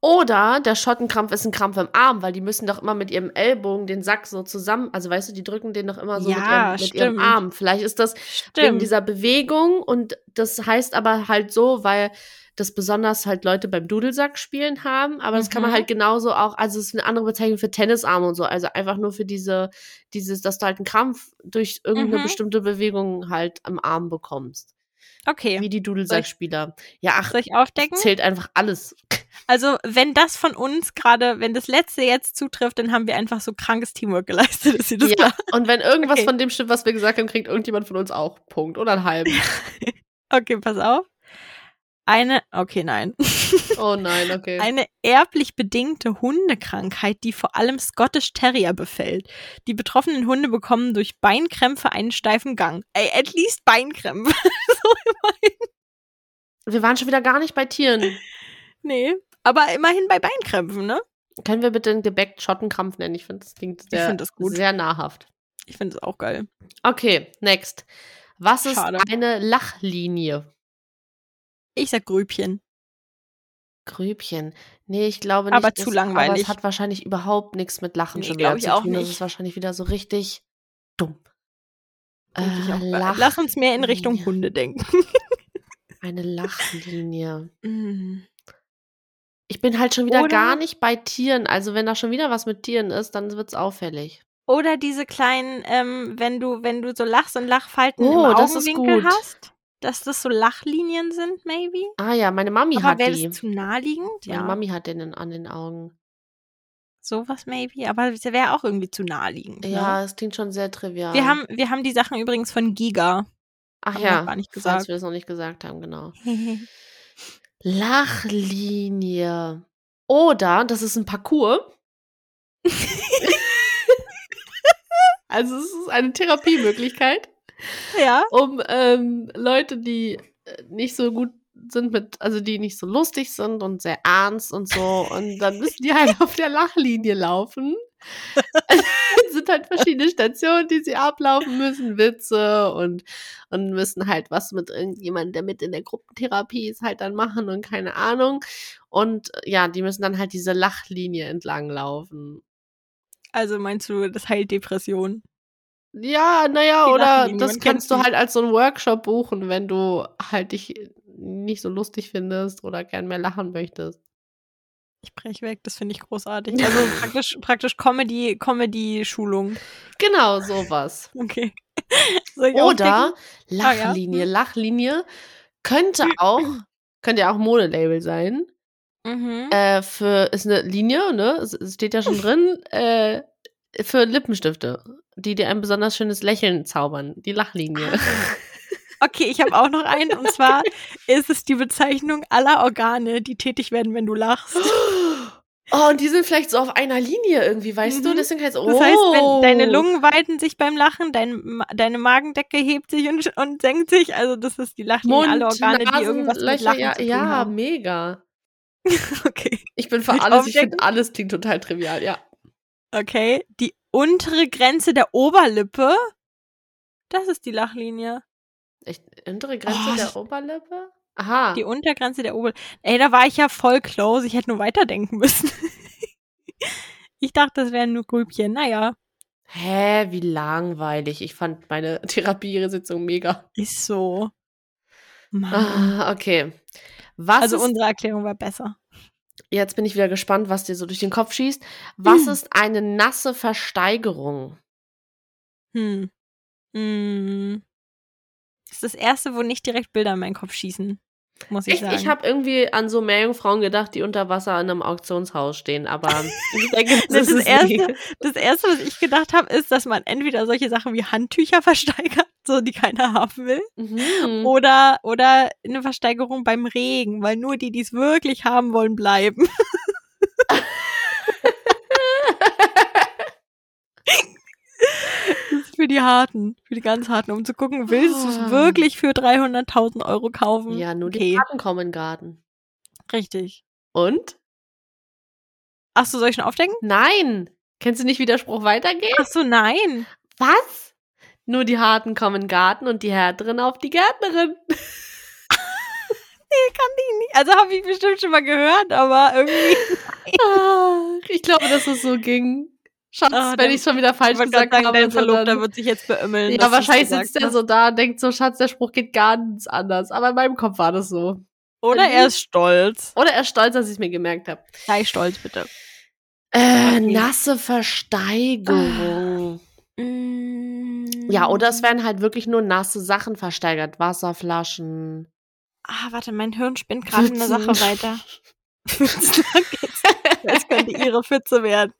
Speaker 2: Oder der Schottenkrampf ist ein Krampf im Arm, weil die müssen doch immer mit ihrem Ellbogen den Sack so zusammen, also weißt du, die drücken den doch immer so
Speaker 1: Ja,
Speaker 2: mit, ihrem, mit ihrem
Speaker 1: stimmt.
Speaker 2: Arm. Vielleicht ist das wegen dieser Bewegung und das heißt aber halt so, weil das besonders halt Leute beim Dudelsack spielen haben, aber das kann man
Speaker 1: Mhm.
Speaker 2: halt genauso auch, also es ist eine andere Bezeichnung für Tennisarme und so, also einfach nur für diese, dieses, dass du halt einen Krampf durch irgendeine
Speaker 1: Mhm.
Speaker 2: bestimmte Bewegung halt am Arm bekommst.
Speaker 1: Okay.
Speaker 2: Wie die Dudelsackspieler. Ja, ach,
Speaker 1: Soll ich aufdecken?
Speaker 2: zählt einfach alles.
Speaker 1: Also, wenn das von uns gerade, wenn das letzte jetzt zutrifft, dann haben wir einfach so krankes Teamwork geleistet, ist dir das
Speaker 2: Ja.
Speaker 1: klar?
Speaker 2: Und wenn irgendwas
Speaker 1: Okay.
Speaker 2: von dem stimmt, was wir gesagt haben, kriegt irgendjemand von uns auch einen Punkt oder einen halben.
Speaker 1: Okay, pass auf. Eine, okay, nein.
Speaker 2: Oh nein, okay.
Speaker 1: Eine erblich bedingte Hundekrankheit, die vor allem Scottish Terrier befällt. Die betroffenen Hunde bekommen durch Beinkrämpfe einen steifen Gang. Ey, at least Beinkrämpfe.
Speaker 2: wir waren schon wieder gar nicht bei Tieren.
Speaker 1: Nee, aber immerhin bei Beinkrämpfen, ne?
Speaker 2: Können wir bitte ein Gebäck Schottenkrampf nennen? Ich finde, das klingt sehr,
Speaker 1: find das gut.
Speaker 2: sehr nahrhaft.
Speaker 1: Ich finde es auch geil.
Speaker 2: Okay, next. Was ist
Speaker 1: Schade.
Speaker 2: eine Lachlinie?
Speaker 1: Ich sag Grübchen.
Speaker 2: Grübchen. Nee, ich glaube nicht.
Speaker 1: Aber zu
Speaker 2: das- Aber
Speaker 1: langweilig.
Speaker 2: es hat wahrscheinlich überhaupt nichts mit Lachen
Speaker 1: Nee,
Speaker 2: schon
Speaker 1: glaub
Speaker 2: wieder
Speaker 1: ich
Speaker 2: zu
Speaker 1: auch
Speaker 2: tun. Das
Speaker 1: nicht.
Speaker 2: ist wahrscheinlich wieder so richtig dumm.
Speaker 1: Denk ich
Speaker 2: Äh,
Speaker 1: auch.
Speaker 2: Lach,
Speaker 1: Lass uns mehr in Richtung
Speaker 2: Ja.
Speaker 1: Hunde denken.
Speaker 2: eine Lachlinie.
Speaker 1: Mm.
Speaker 2: Mhm. Ich bin halt schon wieder
Speaker 1: Oder-
Speaker 2: gar nicht bei Tieren. Also wenn da schon wieder was mit Tieren ist, dann wird's auffällig.
Speaker 1: Oder diese kleinen, ähm, wenn du, wenn du so lachst und Lachfalten
Speaker 2: Oh,
Speaker 1: im
Speaker 2: das ist
Speaker 1: Augenwinkel
Speaker 2: gut.
Speaker 1: hast, dass das so Lachlinien sind, maybe.
Speaker 2: Ah ja, meine Mami
Speaker 1: aber
Speaker 2: hat
Speaker 1: wäre
Speaker 2: die.
Speaker 1: das zu naheliegend?
Speaker 2: Meine
Speaker 1: Ja,
Speaker 2: Mami hat den in, an den Augen.
Speaker 1: sowas maybe. Aber es wäre auch irgendwie zu naheliegend.
Speaker 2: Ja,
Speaker 1: Ne?
Speaker 2: es klingt schon sehr trivial.
Speaker 1: Wir haben, wir haben die Sachen übrigens von Giga.
Speaker 2: Ach
Speaker 1: haben wir
Speaker 2: ja,
Speaker 1: noch gar nicht
Speaker 2: falls
Speaker 1: gesagt.
Speaker 2: wir es noch nicht gesagt haben, genau.
Speaker 1: Ach
Speaker 2: Lachlinie. Oder, das ist ein Parcours. also es ist eine Therapiemöglichkeit,
Speaker 1: ja.
Speaker 2: um ähm, Leute, die äh, nicht so gut sind mit, also die nicht so lustig sind und sehr ernst und so. Und dann müssen die halt auf der Lachlinie laufen. Es sind halt verschiedene Stationen, die sie ablaufen müssen, Witze und, und müssen halt was mit irgendjemandem, der mit in der Gruppentherapie ist, halt dann machen und keine Ahnung. Und ja, die müssen dann halt diese Lachlinie entlang laufen.
Speaker 1: Also meinst du, das heilt Depressionen?
Speaker 2: Ja, naja,
Speaker 1: Die
Speaker 2: oder
Speaker 1: Lachlinie,
Speaker 2: das
Speaker 1: man
Speaker 2: kannst
Speaker 1: kennt's
Speaker 2: du
Speaker 1: nicht.
Speaker 2: halt als so einen Workshop buchen, wenn du halt dich nicht so lustig findest oder gern mehr lachen möchtest.
Speaker 1: Ich brech weg, das finde ich großartig. Also praktisch, praktisch Comedy, Comedy-Schulung.
Speaker 2: Genau, sowas.
Speaker 1: Okay. Soll ich
Speaker 2: Oder
Speaker 1: Ah, ja.
Speaker 2: Lachlinie. Lachlinie könnte auch, könnte ja auch Modelabel sein.
Speaker 1: aufdecken? Mhm.
Speaker 2: Äh, für, ist eine Linie, ne? Es- Es steht ja schon drin. Äh, für Lippenstifte, die dir ein besonders schönes Lächeln zaubern. Die Lachlinie.
Speaker 1: Okay, ich habe auch noch einen. Und zwar ist es die Bezeichnung aller Organe, die tätig werden, wenn du lachst.
Speaker 2: Oh, und die sind vielleicht so auf einer Linie irgendwie, weißt du?
Speaker 1: Mhm.
Speaker 2: Deswegen heißt oh.
Speaker 1: Das heißt, wenn deine Lungen weiten sich beim Lachen, dein, Ma- deine Magendecke hebt sich und, und senkt sich. Also das ist die Lachlinie
Speaker 2: Mund,
Speaker 1: aller Organe, die irgendwas mit
Speaker 2: Nasenlöcher,
Speaker 1: Lachen
Speaker 2: ja,
Speaker 1: zu tun
Speaker 2: ja
Speaker 1: haben.
Speaker 2: mega.
Speaker 1: Okay.
Speaker 2: Ich bin für
Speaker 1: Mit
Speaker 2: alles, ich
Speaker 1: Aufdecken?
Speaker 2: finde alles klingt total trivial, ja.
Speaker 1: okay, die untere Grenze der Oberlippe, das ist die Lachlinie.
Speaker 2: Echt, untere Grenze
Speaker 1: Oh,
Speaker 2: der
Speaker 1: das-
Speaker 2: Oberlippe? Aha.
Speaker 1: Die Untergrenze der Ober. Ey, da war ich ja voll close. Ich hätte nur weiterdenken müssen. ich dachte, das wären nur Grübchen. Naja,
Speaker 2: Hä, wie langweilig. Ich fand meine Therapiesitzung mega.
Speaker 1: ist so. Mann.
Speaker 2: Ah, okay. Was
Speaker 1: also
Speaker 2: ist,
Speaker 1: unsere Erklärung war besser.
Speaker 2: jetzt bin ich wieder gespannt, was dir so durch den Kopf schießt. Was ist eine nasse Versteigerung?
Speaker 1: Hm. Hm. Das ist das Erste, wo nicht direkt Bilder in meinen Kopf schießen. Muss ich
Speaker 2: Ich,
Speaker 1: sagen.
Speaker 2: ich habe irgendwie an so Meerjungfrauen gedacht, die unter Wasser in einem Auktionshaus stehen, aber ich denke, das,
Speaker 1: Das
Speaker 2: ist es
Speaker 1: Erste-
Speaker 2: nicht.
Speaker 1: das Erste, was ich gedacht habe, ist, dass man entweder solche Sachen wie Handtücher versteigert, so die keiner haben will,
Speaker 2: Mhm.
Speaker 1: oder, oder eine Versteigerung beim Regen, weil nur die, die es wirklich haben wollen, bleiben. Das ist für die Harten, für die ganz Harten, um zu gucken, willst du
Speaker 2: Ah.
Speaker 1: es wirklich für 300.000 Euro kaufen?
Speaker 2: ja, nur die
Speaker 1: okay.
Speaker 2: Karten kommen in den Garten.
Speaker 1: Richtig.
Speaker 2: Und?
Speaker 1: Ach so, soll ich schon aufdecken?
Speaker 2: Nein! Kennst du nicht, wie der Spruch weitergeht?
Speaker 1: Ach so, nein.
Speaker 2: Was? Nur die Harten kommen in den Garten und die Härteren auf die Gärtnerin.
Speaker 1: Also habe ich bestimmt schon mal gehört, aber irgendwie.
Speaker 2: Ah, ich glaube, dass es so ging. Schatz,
Speaker 1: Ah,
Speaker 2: wenn
Speaker 1: der-
Speaker 2: ich schon wieder falsch
Speaker 1: Ich wollte
Speaker 2: gesagt
Speaker 1: gerade sagen,
Speaker 2: habe.
Speaker 1: dein Verlobter
Speaker 2: sondern-
Speaker 1: wird sich jetzt beömmeln. dass
Speaker 2: ja,
Speaker 1: du's
Speaker 2: wahrscheinlich
Speaker 1: gesagt
Speaker 2: sitzt er
Speaker 1: hast.
Speaker 2: so da und denkt so, Schatz, der Spruch geht ganz anders. Aber in meinem Kopf war das so.
Speaker 1: Oder
Speaker 2: Mhm.
Speaker 1: er ist stolz.
Speaker 2: Oder er ist stolz, dass ich es mir gemerkt habe.
Speaker 1: Sei stolz, bitte.
Speaker 2: Äh,
Speaker 1: Okay. Ah.
Speaker 2: nasse Versteigerung.
Speaker 1: Mm.
Speaker 2: Ja, oder es werden halt wirklich nur nasse Sachen versteigert. Wasserflaschen.
Speaker 1: Ah, warte, mein Hirn spinnt gerade eine Sache
Speaker 2: Pfützen.
Speaker 1: weiter. Das könnte ihre Pfütze werden.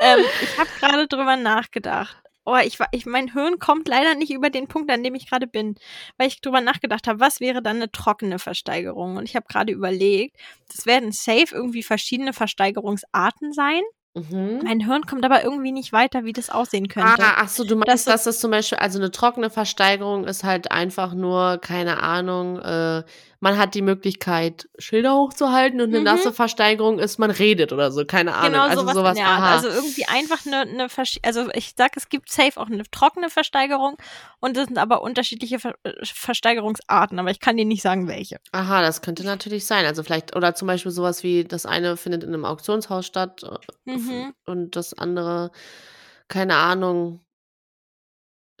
Speaker 1: Ähm, ich habe gerade drüber nachgedacht. Oh, ich, wa- ich, mein Hirn kommt leider nicht über den Punkt, an dem ich gerade bin, weil ich drüber nachgedacht habe, was wäre dann eine trockene Versteigerung? Und ich habe gerade überlegt, das werden safe irgendwie verschiedene Versteigerungsarten sein.
Speaker 2: mhm.
Speaker 1: Mein Hirn kommt aber irgendwie nicht weiter, wie das aussehen könnte.
Speaker 2: Ah, ach so, du meinst,
Speaker 1: Das so-
Speaker 2: dass das zum Beispiel, also eine trockene Versteigerung ist halt einfach nur, keine Ahnung, äh, man hat die Möglichkeit, Schilder hochzuhalten und eine
Speaker 1: Mhm.
Speaker 2: nasse Versteigerung ist, man redet oder so, keine Ahnung.
Speaker 1: Genau,
Speaker 2: also
Speaker 1: sowas,
Speaker 2: sowas,
Speaker 1: in der Art.
Speaker 2: aha.
Speaker 1: Also irgendwie einfach eine, eine Versch- also ich sag, es gibt safe auch eine trockene Versteigerung und das sind aber unterschiedliche Ver äh, Versteigerungsarten, aber ich kann dir nicht sagen, welche.
Speaker 2: aha, das könnte natürlich sein. Also vielleicht, oder zum Beispiel sowas wie, das eine findet in einem Auktionshaus statt äh,
Speaker 1: Mhm.
Speaker 2: und das andere, keine Ahnung.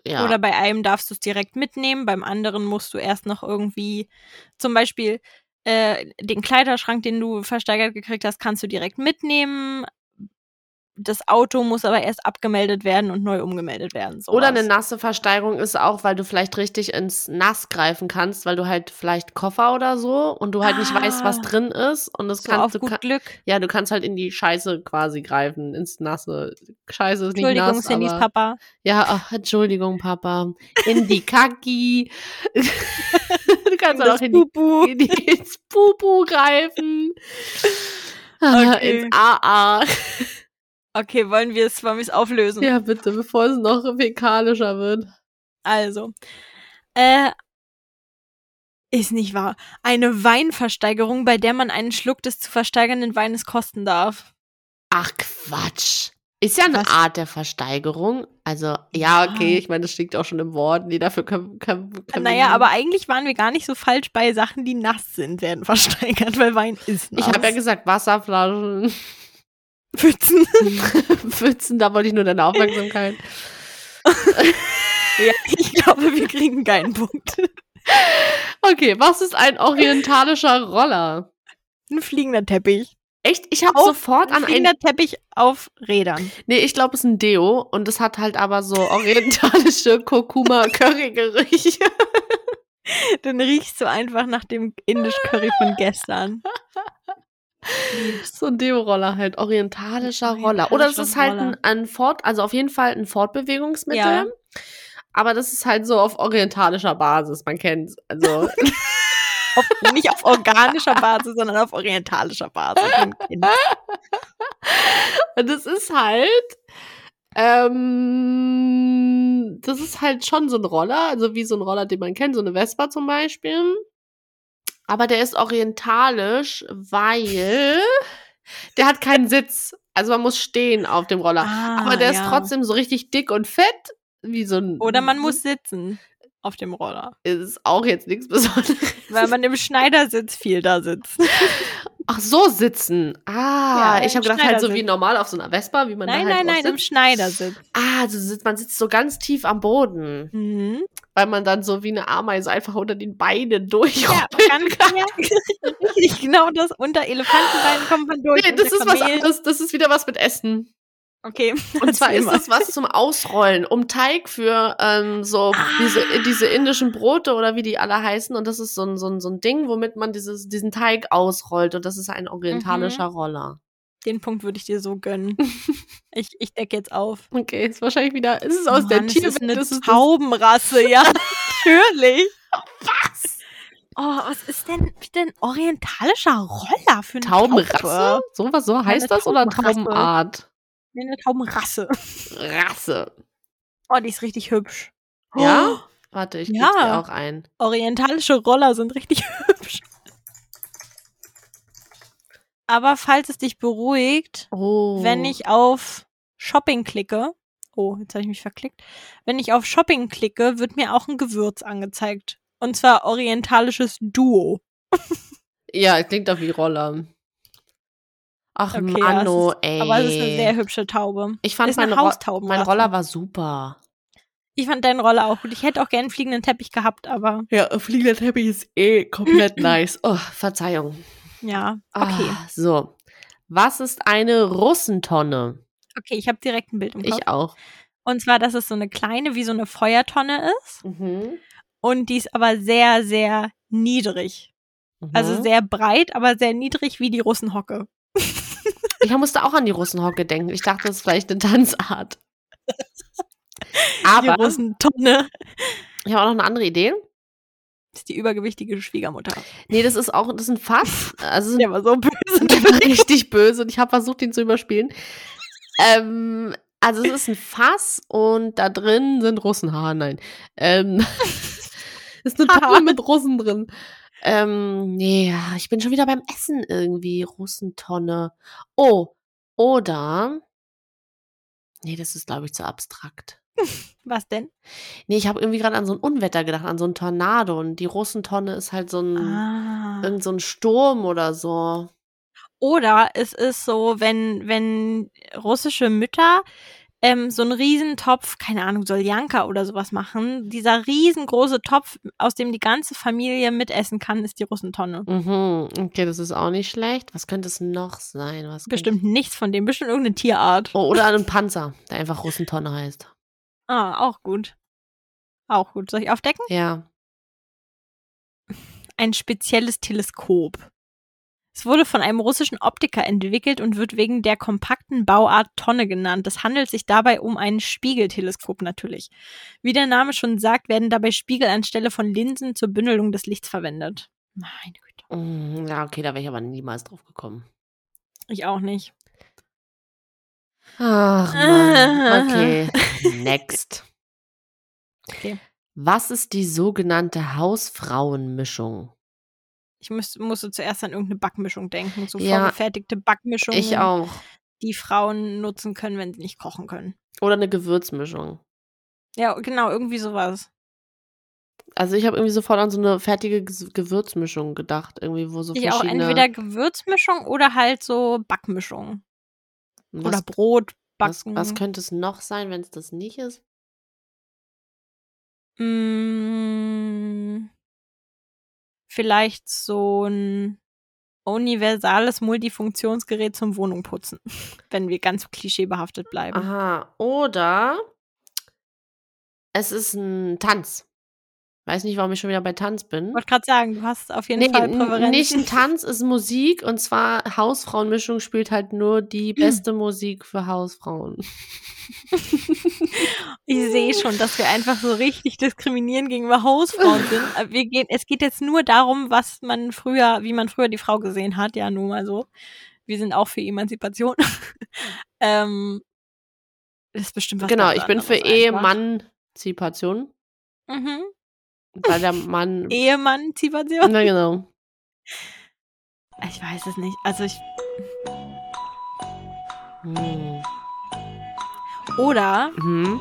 Speaker 2: Ja.
Speaker 1: Oder bei einem darfst du es direkt mitnehmen, beim anderen musst du erst noch irgendwie zum Beispiel äh, den Kleiderschrank, den du versteigert gekriegt hast, kannst du direkt mitnehmen. Das Auto muss aber erst abgemeldet werden und neu umgemeldet werden. Sowas.
Speaker 2: Oder eine nasse Versteigerung ist auch, weil du vielleicht richtig ins Nass greifen kannst, weil du halt vielleicht Koffer oder so und du halt nicht weißt, was
Speaker 1: Ah.
Speaker 2: drin ist und das
Speaker 1: so
Speaker 2: kannst
Speaker 1: auf
Speaker 2: du
Speaker 1: gut
Speaker 2: ka-
Speaker 1: Glück.
Speaker 2: ja, du kannst halt in die Scheiße quasi greifen, ins nasse Scheiße ist nicht
Speaker 1: Entschuldigung,
Speaker 2: nass,
Speaker 1: Cindy's
Speaker 2: aber
Speaker 1: Papa.
Speaker 2: ja, ach, Entschuldigung Papa, in die Kacki. du kannst halt auch
Speaker 1: Das
Speaker 2: in die
Speaker 1: Bubu.
Speaker 2: in die, ins Pupu greifen. Ah,
Speaker 1: Okay.
Speaker 2: Ins AA.
Speaker 1: Okay, wollen wir es wollen wir's auflösen?
Speaker 2: Ja, bitte, bevor es noch fäkalischer wird.
Speaker 1: Also, äh, ist nicht wahr. Eine Weinversteigerung, bei der man einen Schluck des zu versteigernden Weines kosten darf.
Speaker 2: Ach Quatsch. Ist ja eine
Speaker 1: Was?
Speaker 2: Art der Versteigerung. Also, ja, okay,
Speaker 1: Ja.
Speaker 2: ich meine, das liegt auch schon im Wort. Nee, dafür können, können, können wir
Speaker 1: naja,
Speaker 2: nicht-
Speaker 1: aber eigentlich waren wir gar nicht so falsch bei Sachen, die nass sind, werden versteigert, weil Wein ist
Speaker 2: Ich
Speaker 1: nass.
Speaker 2: habe ja gesagt, Wasserflaschen,
Speaker 1: Pfützen.
Speaker 2: Pfützen, da wollte ich nur deine Aufmerksamkeit.
Speaker 1: ja, ich glaube, wir kriegen keinen Punkt.
Speaker 2: Okay, was ist ein orientalischer Roller?
Speaker 1: Ein fliegender Teppich.
Speaker 2: Echt? Ich habe
Speaker 1: Auf-
Speaker 2: sofort
Speaker 1: Ein
Speaker 2: an einen.
Speaker 1: fliegender Teppich auf Rädern.
Speaker 2: Nee, ich glaube, es ist ein Deo und es hat halt aber so orientalische Kurkuma-Curry-Gerüche.
Speaker 1: Dann riechst du einfach nach dem Indisch-Curry von gestern.
Speaker 2: So ein Deo-Roller halt, orientalischer Roller. Oder es ist halt ein, ein Fort, also auf jeden Fall ein Fortbewegungsmittel.
Speaker 1: Ja.
Speaker 2: Aber das ist halt so auf orientalischer Basis, man kennt's. Also,
Speaker 1: auf, nicht auf organischer Basis, sondern auf orientalischer Basis.
Speaker 2: das ist halt, ähm, das ist halt schon so ein Roller, also wie so ein Roller, den man kennt, so eine Vespa zum Beispiel. Aber der ist orientalisch, weil der hat keinen Sitz. Also man muss stehen auf dem Roller.
Speaker 1: Ah,
Speaker 2: Aber der
Speaker 1: ja.
Speaker 2: ist trotzdem so richtig dick und fett, wie so ein.
Speaker 1: Oder man muss sitzen. auf dem Roller.
Speaker 2: Ist auch jetzt nichts Besonderes.
Speaker 1: Weil man im Schneidersitz viel da sitzt.
Speaker 2: Ach, so sitzen. Ah,
Speaker 1: Ja,
Speaker 2: ich habe
Speaker 1: im
Speaker 2: gedacht, halt so wie
Speaker 1: Schneidersitz.
Speaker 2: normal auf so einer Vespa, wie man
Speaker 1: Nein,
Speaker 2: da
Speaker 1: nein,
Speaker 2: halt
Speaker 1: nein,
Speaker 2: drauf
Speaker 1: im
Speaker 2: sitzt.
Speaker 1: Schneidersitz.
Speaker 2: Ah, also sitzt, man sitzt so ganz tief am Boden,
Speaker 1: Mhm.
Speaker 2: weil man dann so wie eine Ameise einfach unter den Beinen durchrollt.
Speaker 1: Ja, kann, ja, richtig, genau das. Unter Elefantenbeinen kommt man durch.
Speaker 2: Nee, das
Speaker 1: unter
Speaker 2: ist was
Speaker 1: Kamelen.
Speaker 2: anderes. Das ist wieder was mit Essen.
Speaker 1: Okay.
Speaker 2: Und zwar
Speaker 1: Erzähl
Speaker 2: ist
Speaker 1: mal.
Speaker 2: es was zum Ausrollen, um Teig für ähm, so diese, diese indischen Brote oder wie die alle heißen. Und das ist so ein, so ein, so ein Ding, womit man dieses, diesen Teig ausrollt. Und das ist ein orientalischer Roller.
Speaker 1: Den Punkt würde ich dir so gönnen. Ich, ich decke jetzt auf.
Speaker 2: Okay, ist wahrscheinlich wieder. Ist es aus der
Speaker 1: Mann,
Speaker 2: Tierwelt?
Speaker 1: Es ist eine
Speaker 2: ist es das-
Speaker 1: Taubenrasse, ja. Natürlich.
Speaker 2: was?
Speaker 1: Oh, was ist denn bitte ein orientalischer Roller für eine
Speaker 2: Taubenrasse?
Speaker 1: Taube?
Speaker 2: So was so heißt das oder
Speaker 1: Taubenrasse.
Speaker 2: Taubenart?
Speaker 1: Nee, eine Taubenrasse.
Speaker 2: Rasse.
Speaker 1: Oh, die ist richtig hübsch.
Speaker 2: Ja? Warte, ich
Speaker 1: Oh. Ja.
Speaker 2: gebe dir auch ein.
Speaker 1: Oh, orientalische Roller sind richtig hübsch. Aber falls es dich beruhigt,
Speaker 2: Oh.
Speaker 1: wenn ich auf Shopping klicke, oh, jetzt habe ich mich verklickt, wenn ich auf Shopping klicke, wird mir auch ein Gewürz angezeigt. Und zwar orientalisches Duo.
Speaker 2: Ja, klingt doch wie Roller. Ach,
Speaker 1: Okay, ja, es
Speaker 2: Mano,
Speaker 1: ist-
Speaker 2: ey.
Speaker 1: Aber es ist eine sehr hübsche Taube.
Speaker 2: Ich fand
Speaker 1: ist eine
Speaker 2: mein, Ro
Speaker 1: Haustaube-
Speaker 2: mein Roller war super.
Speaker 1: Ich fand deinen Roller auch gut. Ich hätte auch gern einen fliegenden Teppich gehabt, aber
Speaker 2: Ja, fliegender Teppich ist eh komplett nice. Oh, Verzeihung.
Speaker 1: ja. Okay.
Speaker 2: Okay. Ah, so. Was ist eine Russentonne?
Speaker 1: Okay, ich habe direkt ein Bild im Kopf.
Speaker 2: Ich auch.
Speaker 1: Und zwar, dass es so eine kleine, wie so eine Feuertonne ist.
Speaker 2: Mhm.
Speaker 1: Und die ist aber sehr, sehr niedrig. Also sehr breit, aber sehr niedrig wie die Russenhocke.
Speaker 2: Ich musste auch an die Russenhocke denken. Ich dachte, das ist vielleicht eine Tanzart.
Speaker 1: die
Speaker 2: Aber
Speaker 1: Russentonne
Speaker 2: ich habe auch noch eine andere Idee.
Speaker 1: ist die übergewichtige Schwiegermutter.
Speaker 2: Nee, das ist auch, das ist ein Fass. Also es ist ein
Speaker 1: Der war so böse.
Speaker 2: Und der war richtig böse und ich habe versucht, ihn zu überspielen. Ähm, also es ist ein Fass und da drin sind Russenhaare, nein. Ähm, ist eine Tonne mit Russen drin. Ähm, nee, ja, ich bin schon wieder beim Essen irgendwie. Russentonne. Oh, oder. Nee, das ist, glaube ich, zu abstrakt.
Speaker 1: Was denn?
Speaker 2: Nee, ich habe irgendwie gerade an so ein Unwetter gedacht, an so ein Tornado. Und die Russentonne ist halt so ein,
Speaker 1: Ah.
Speaker 2: irgend so ein Sturm oder so.
Speaker 1: Oder es ist so, wenn, wenn russische Mütter ähm, so einen Riesentopf, keine Ahnung, Soljanka oder sowas machen, dieser riesengroße Topf, aus dem die ganze Familie mitessen kann, ist die Russentonne.
Speaker 2: Mhm, okay, das ist auch nicht schlecht. Was könnte es noch sein? Was könnte-
Speaker 1: Bestimmt nichts von dem, bestimmt irgendeine Tierart.
Speaker 2: Oh, oder einen Panzer, der einfach Russentonne heißt.
Speaker 1: Ah, auch gut. Auch gut. Soll ich aufdecken?
Speaker 2: Ja.
Speaker 1: Ein spezielles Teleskop. Es wurde von einem russischen Optiker entwickelt und wird wegen der kompakten Bauart Tonne genannt. Es handelt sich dabei um ein Spiegelteleskop natürlich. Wie der Name schon sagt, werden dabei Spiegel anstelle von Linsen zur Bündelung des Lichts verwendet. Meine Güte.
Speaker 2: Mm, Ja, okay, da wäre ich aber niemals drauf gekommen.
Speaker 1: Ich auch nicht.
Speaker 2: Ach, Mann. Okay, next.
Speaker 1: Okay.
Speaker 2: Was ist die sogenannte Hausfrauenmischung?
Speaker 1: Ich muss, musste zuerst an irgendeine Backmischung denken. So
Speaker 2: Ja.
Speaker 1: vorgefertigte Backmischungen,
Speaker 2: Ich auch.
Speaker 1: die Frauen nutzen können, wenn sie nicht kochen können.
Speaker 2: Oder eine Gewürzmischung.
Speaker 1: Ja, genau, irgendwie sowas.
Speaker 2: Also ich habe irgendwie sofort an so eine fertige Ges- Gewürzmischung gedacht, irgendwie wo so
Speaker 1: Ich auch
Speaker 2: verschiedene
Speaker 1: entweder Gewürzmischung oder halt so Backmischung.
Speaker 2: was,
Speaker 1: Oder Brot
Speaker 2: was,
Speaker 1: backen.
Speaker 2: was könnte es noch sein, wenn es das nicht ist?
Speaker 1: Mm, vielleicht so ein universales Multifunktionsgerät zum Wohnungputzen, wenn wir ganz klischeebehaftet bleiben.
Speaker 2: Aha, oder es ist ein Tanz. Weiß nicht, warum ich schon wieder bei Tanz bin.
Speaker 1: Ich wollte gerade sagen, du hast auf jeden
Speaker 2: Nee,
Speaker 1: Fall
Speaker 2: n-
Speaker 1: Präferenzen.
Speaker 2: nicht ein Tanz, ist Musik und zwar Hausfrauenmischung spielt halt nur
Speaker 1: Hm.
Speaker 2: die beste Musik für Hausfrauen.
Speaker 1: ich sehe schon, dass wir einfach so richtig diskriminieren gegenüber Hausfrauen sind. Äh, Wir gehen, es geht jetzt nur darum, was man früher, wie man früher die Frau gesehen hat, ja, nur mal so. Wir sind auch für Emanzipation. ähm, das ist bestimmt was
Speaker 2: genau,
Speaker 1: ganz
Speaker 2: ich bin für
Speaker 1: anderes einfach.
Speaker 2: Ehemann-Zipation,
Speaker 1: Mhm.
Speaker 2: weil der Mann.
Speaker 1: Ehemann-Zivation?
Speaker 2: Na genau.
Speaker 1: Ich weiß es nicht. Also ich.
Speaker 2: Hm.
Speaker 1: Oder
Speaker 2: Mhm.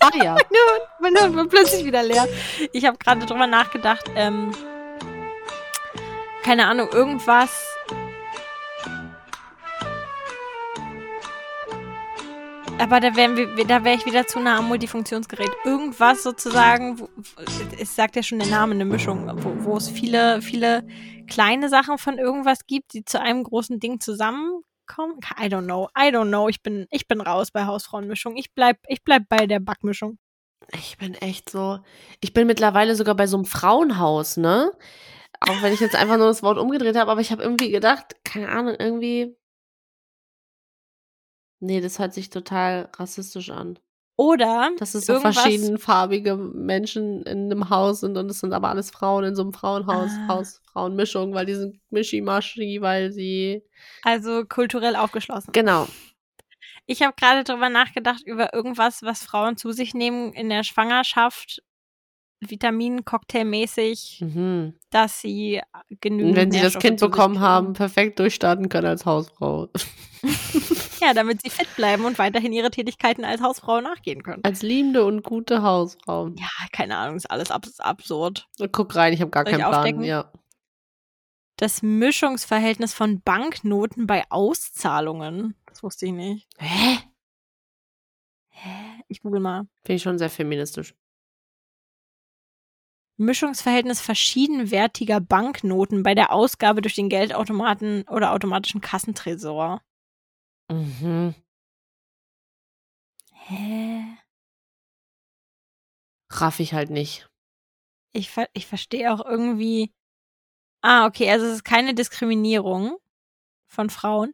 Speaker 2: Maria.
Speaker 1: Mein Hirn war plötzlich wieder leer. Ich habe gerade drüber nachgedacht. Ähm, keine Ahnung, irgendwas. Aber da wären wir, da wäre ich wieder zu nah am Multifunktionsgerät. Irgendwas sozusagen, wo, es sagt ja schon der Name, eine Mischung, wo, wo es viele, viele kleine Sachen von irgendwas gibt, die zu einem großen Ding zusammenkommen. I don't know, I don't know. Ich bin, ich bin raus bei Hausfrauenmischung. Ich bleib, ich bleib bei der Backmischung.
Speaker 2: Ich bin echt so. Ich bin mittlerweile sogar bei so einem Frauenhaus, ne? Auch wenn ich jetzt einfach nur das Wort umgedreht habe, aber ich habe irgendwie gedacht, keine Ahnung, irgendwie. Nee, das hört sich total rassistisch an.
Speaker 1: Oder
Speaker 2: Dass es so
Speaker 1: Irgendwas-
Speaker 2: verschiedenfarbige Menschen in einem Haus sind und es sind aber alles Frauen in so einem Frauenhaus,
Speaker 1: Ah.
Speaker 2: Haus, Frauenmischung, weil die sind Mischi-Maschi, weil sie.
Speaker 1: also kulturell aufgeschlossen.
Speaker 2: Genau.
Speaker 1: Ich habe gerade drüber nachgedacht, über irgendwas, was Frauen zu sich nehmen in der Schwangerschaft, Vitamin-Cocktail-mäßig,
Speaker 2: Mhm.
Speaker 1: dass sie genügend.
Speaker 2: Und wenn sie das
Speaker 1: Nährstoffe
Speaker 2: Kind
Speaker 1: zu sich
Speaker 2: bekommen
Speaker 1: kriegen.
Speaker 2: haben, perfekt durchstarten können als Hausfrau.
Speaker 1: Ja, damit sie fit bleiben und weiterhin ihre Tätigkeiten als Hausfrau nachgehen können.
Speaker 2: Als liebende und gute Hausfrau.
Speaker 1: Ja, keine Ahnung, ist alles abs absurd.
Speaker 2: Guck rein, ich habe gar
Speaker 1: Soll ich
Speaker 2: keinen Plan.
Speaker 1: aufdecken?
Speaker 2: Ja.
Speaker 1: Das Mischungsverhältnis von Banknoten bei Auszahlungen. Das wusste ich nicht.
Speaker 2: Hä?
Speaker 1: Hä? Ich google mal.
Speaker 2: Finde ich schon sehr feministisch.
Speaker 1: Mischungsverhältnis verschiedenwertiger Banknoten bei der Ausgabe durch den Geldautomaten oder automatischen Kassentresor.
Speaker 2: Mhm.
Speaker 1: Hä?
Speaker 2: Raff ich halt nicht.
Speaker 1: Ich, ver ich verstehe auch irgendwie. Ah, okay, also es ist keine Diskriminierung von Frauen.